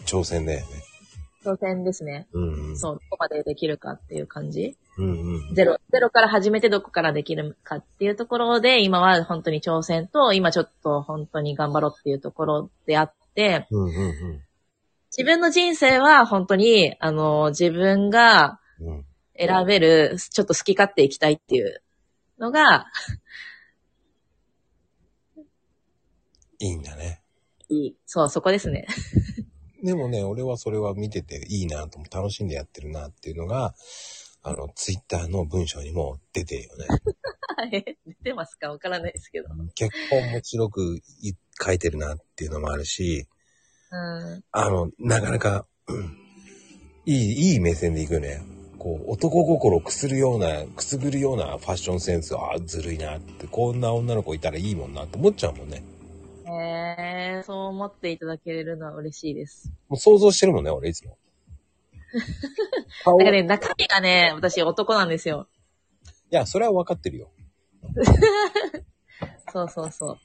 Speaker 1: 挑戦だよね。
Speaker 2: 挑戦ですね。
Speaker 1: うんうん。
Speaker 2: そう、どこまでできるかっていう感じ。
Speaker 1: うんうん。
Speaker 2: ゼロ、ゼロから始めてどこからできるかっていうところで、今は本当に挑戦と、今ちょっと本当に頑張ろうっていうところであって、
Speaker 1: うんうん
Speaker 2: 自分の人生は本当に、あの、自分が
Speaker 1: うん。うん。
Speaker 2: 選べる、ちょっと好き勝手いきたいっていうのが、
Speaker 1: いいんだね。
Speaker 2: いい。そう、そこですね。
Speaker 1: でもね、俺はそれは見てていいなと思う、楽しんでやってるなっていうのが、あの、ツイッターの文章にも出てるよね。
Speaker 2: はい。出てますかわからないですけど。
Speaker 1: 結構面白くい書いてるなっていうのもあるし、
Speaker 2: うん。
Speaker 1: あの、なかなか、うんいい、いい目線でいくよね。こう、男心をくするような、くすぐるようなファッションセンス、ああ、ずるいなって、こんな女の子いたらいいもんなって思っちゃうもんね。
Speaker 2: えー、そう思っていただけるのは嬉しいです。
Speaker 1: もう想像してるもんね、俺い つも。顔
Speaker 2: だから
Speaker 1: い
Speaker 2: ね、中身がね、私男なんですよ。
Speaker 1: や、それは分かってるよ。
Speaker 2: そうそうそう。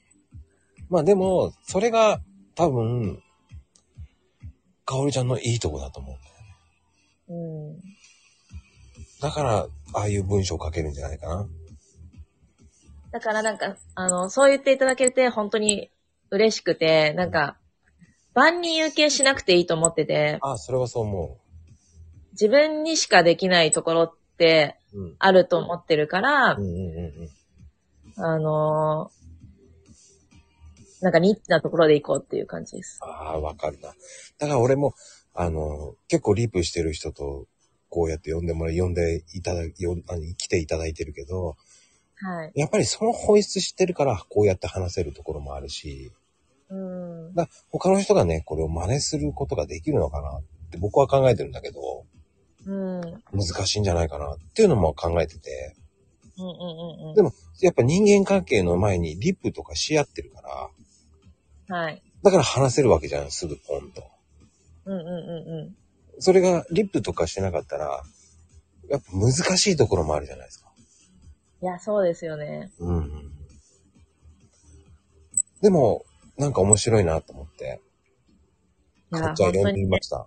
Speaker 1: まあでも、それが多分、かおりちゃんのいいとこだと思うんだよね。
Speaker 2: うん。
Speaker 1: だから、ああいう文章を書けるんじゃないかな。
Speaker 2: だからなんか、あの、そう言っていただけて本当に嬉しくて、なんか、万人受けしなくていいと思ってて、
Speaker 1: ああ、それはそう思
Speaker 2: 自分にしかできないところって
Speaker 1: う。うん。
Speaker 2: あると思ってるから
Speaker 1: うん、うんうんうん。
Speaker 2: あのーなんかニッチなところで行こうっていう感じです。
Speaker 1: ああ、わかるな。だから俺も、あの、結構リプしてる人と、こうやって呼んでもらい、呼んでいただ、呼んあの来ていただいてるけど、
Speaker 2: はい。
Speaker 1: やっぱりその本質知ってるから、こうやって話せるところもあるし、
Speaker 2: うん。
Speaker 1: だ他の人がね、これを真似することができるのかなって僕は考えてるんだけど、
Speaker 2: うん。うんうん
Speaker 1: 難しいんじゃないかなっていうのも考えてて、
Speaker 2: うん
Speaker 1: でもやっぱ人間関係の前にリップとかし合ってるから、
Speaker 2: うん。はい。
Speaker 1: だから話せるわけじゃん、すぐポンと。
Speaker 2: うんうんうんうん。
Speaker 1: それがリップとかしてなかったら、やっぱ難しいところもあるじゃないですか。
Speaker 2: いや、そうですよね。
Speaker 1: うん。でも、なんか面白いなと思って、
Speaker 2: い
Speaker 1: こ
Speaker 2: や、
Speaker 1: っちは
Speaker 2: 本
Speaker 1: 読
Speaker 2: 当
Speaker 1: んで
Speaker 2: に
Speaker 1: みました。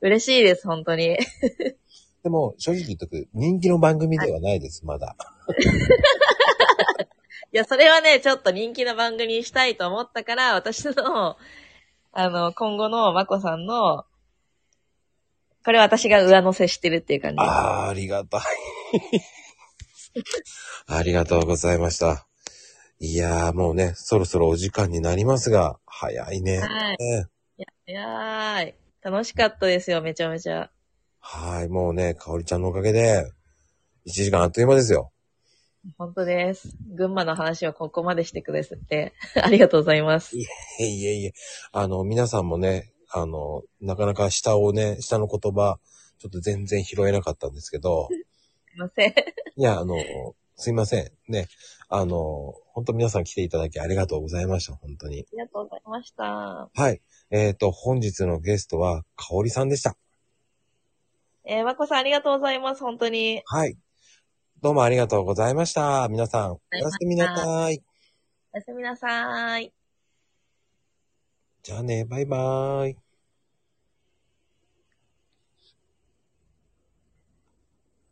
Speaker 2: 嬉しいです、本当に。
Speaker 1: でも、正直言っとく、人気の番組ではないです、まだ。
Speaker 2: いや、それはね、ちょっと人気の番組にしたいと思ったから、私の、あの、今後のまこさんの、これ私が上乗せしてるっていう感じ。
Speaker 1: あー、ありがたい。 ありがとうございました。いやー、もうね、そろそろお時間になりますが、早いね。
Speaker 2: はい。
Speaker 1: ね
Speaker 2: いやーい。楽しかったですよ、めちゃめちゃ。
Speaker 1: はい、もうね、かおりちゃんのおかげで、1時間あっという間ですよ。
Speaker 2: 本当です。群馬の話をここまでしてくださって、 ありがとうございます。
Speaker 1: いえいえいえ、あの、皆さんもね、あの、なかなか下をね、下の言葉、ちょっと全然拾えなかったんですけど、
Speaker 2: すいません。
Speaker 1: いや、あの、すいません。ね、あの、本当皆さん来ていただきありがとうございました、本当に。
Speaker 2: ありがとうございました。
Speaker 1: はい。えっ、と、本日のゲストは、かおりさんでした。
Speaker 2: えー、まこさんありがとうございます、本当に。
Speaker 1: はい。どうもありがとうございました。皆さん、おやすみなさい。
Speaker 2: おやすみなさーい。
Speaker 1: じゃあね、バイバーイ。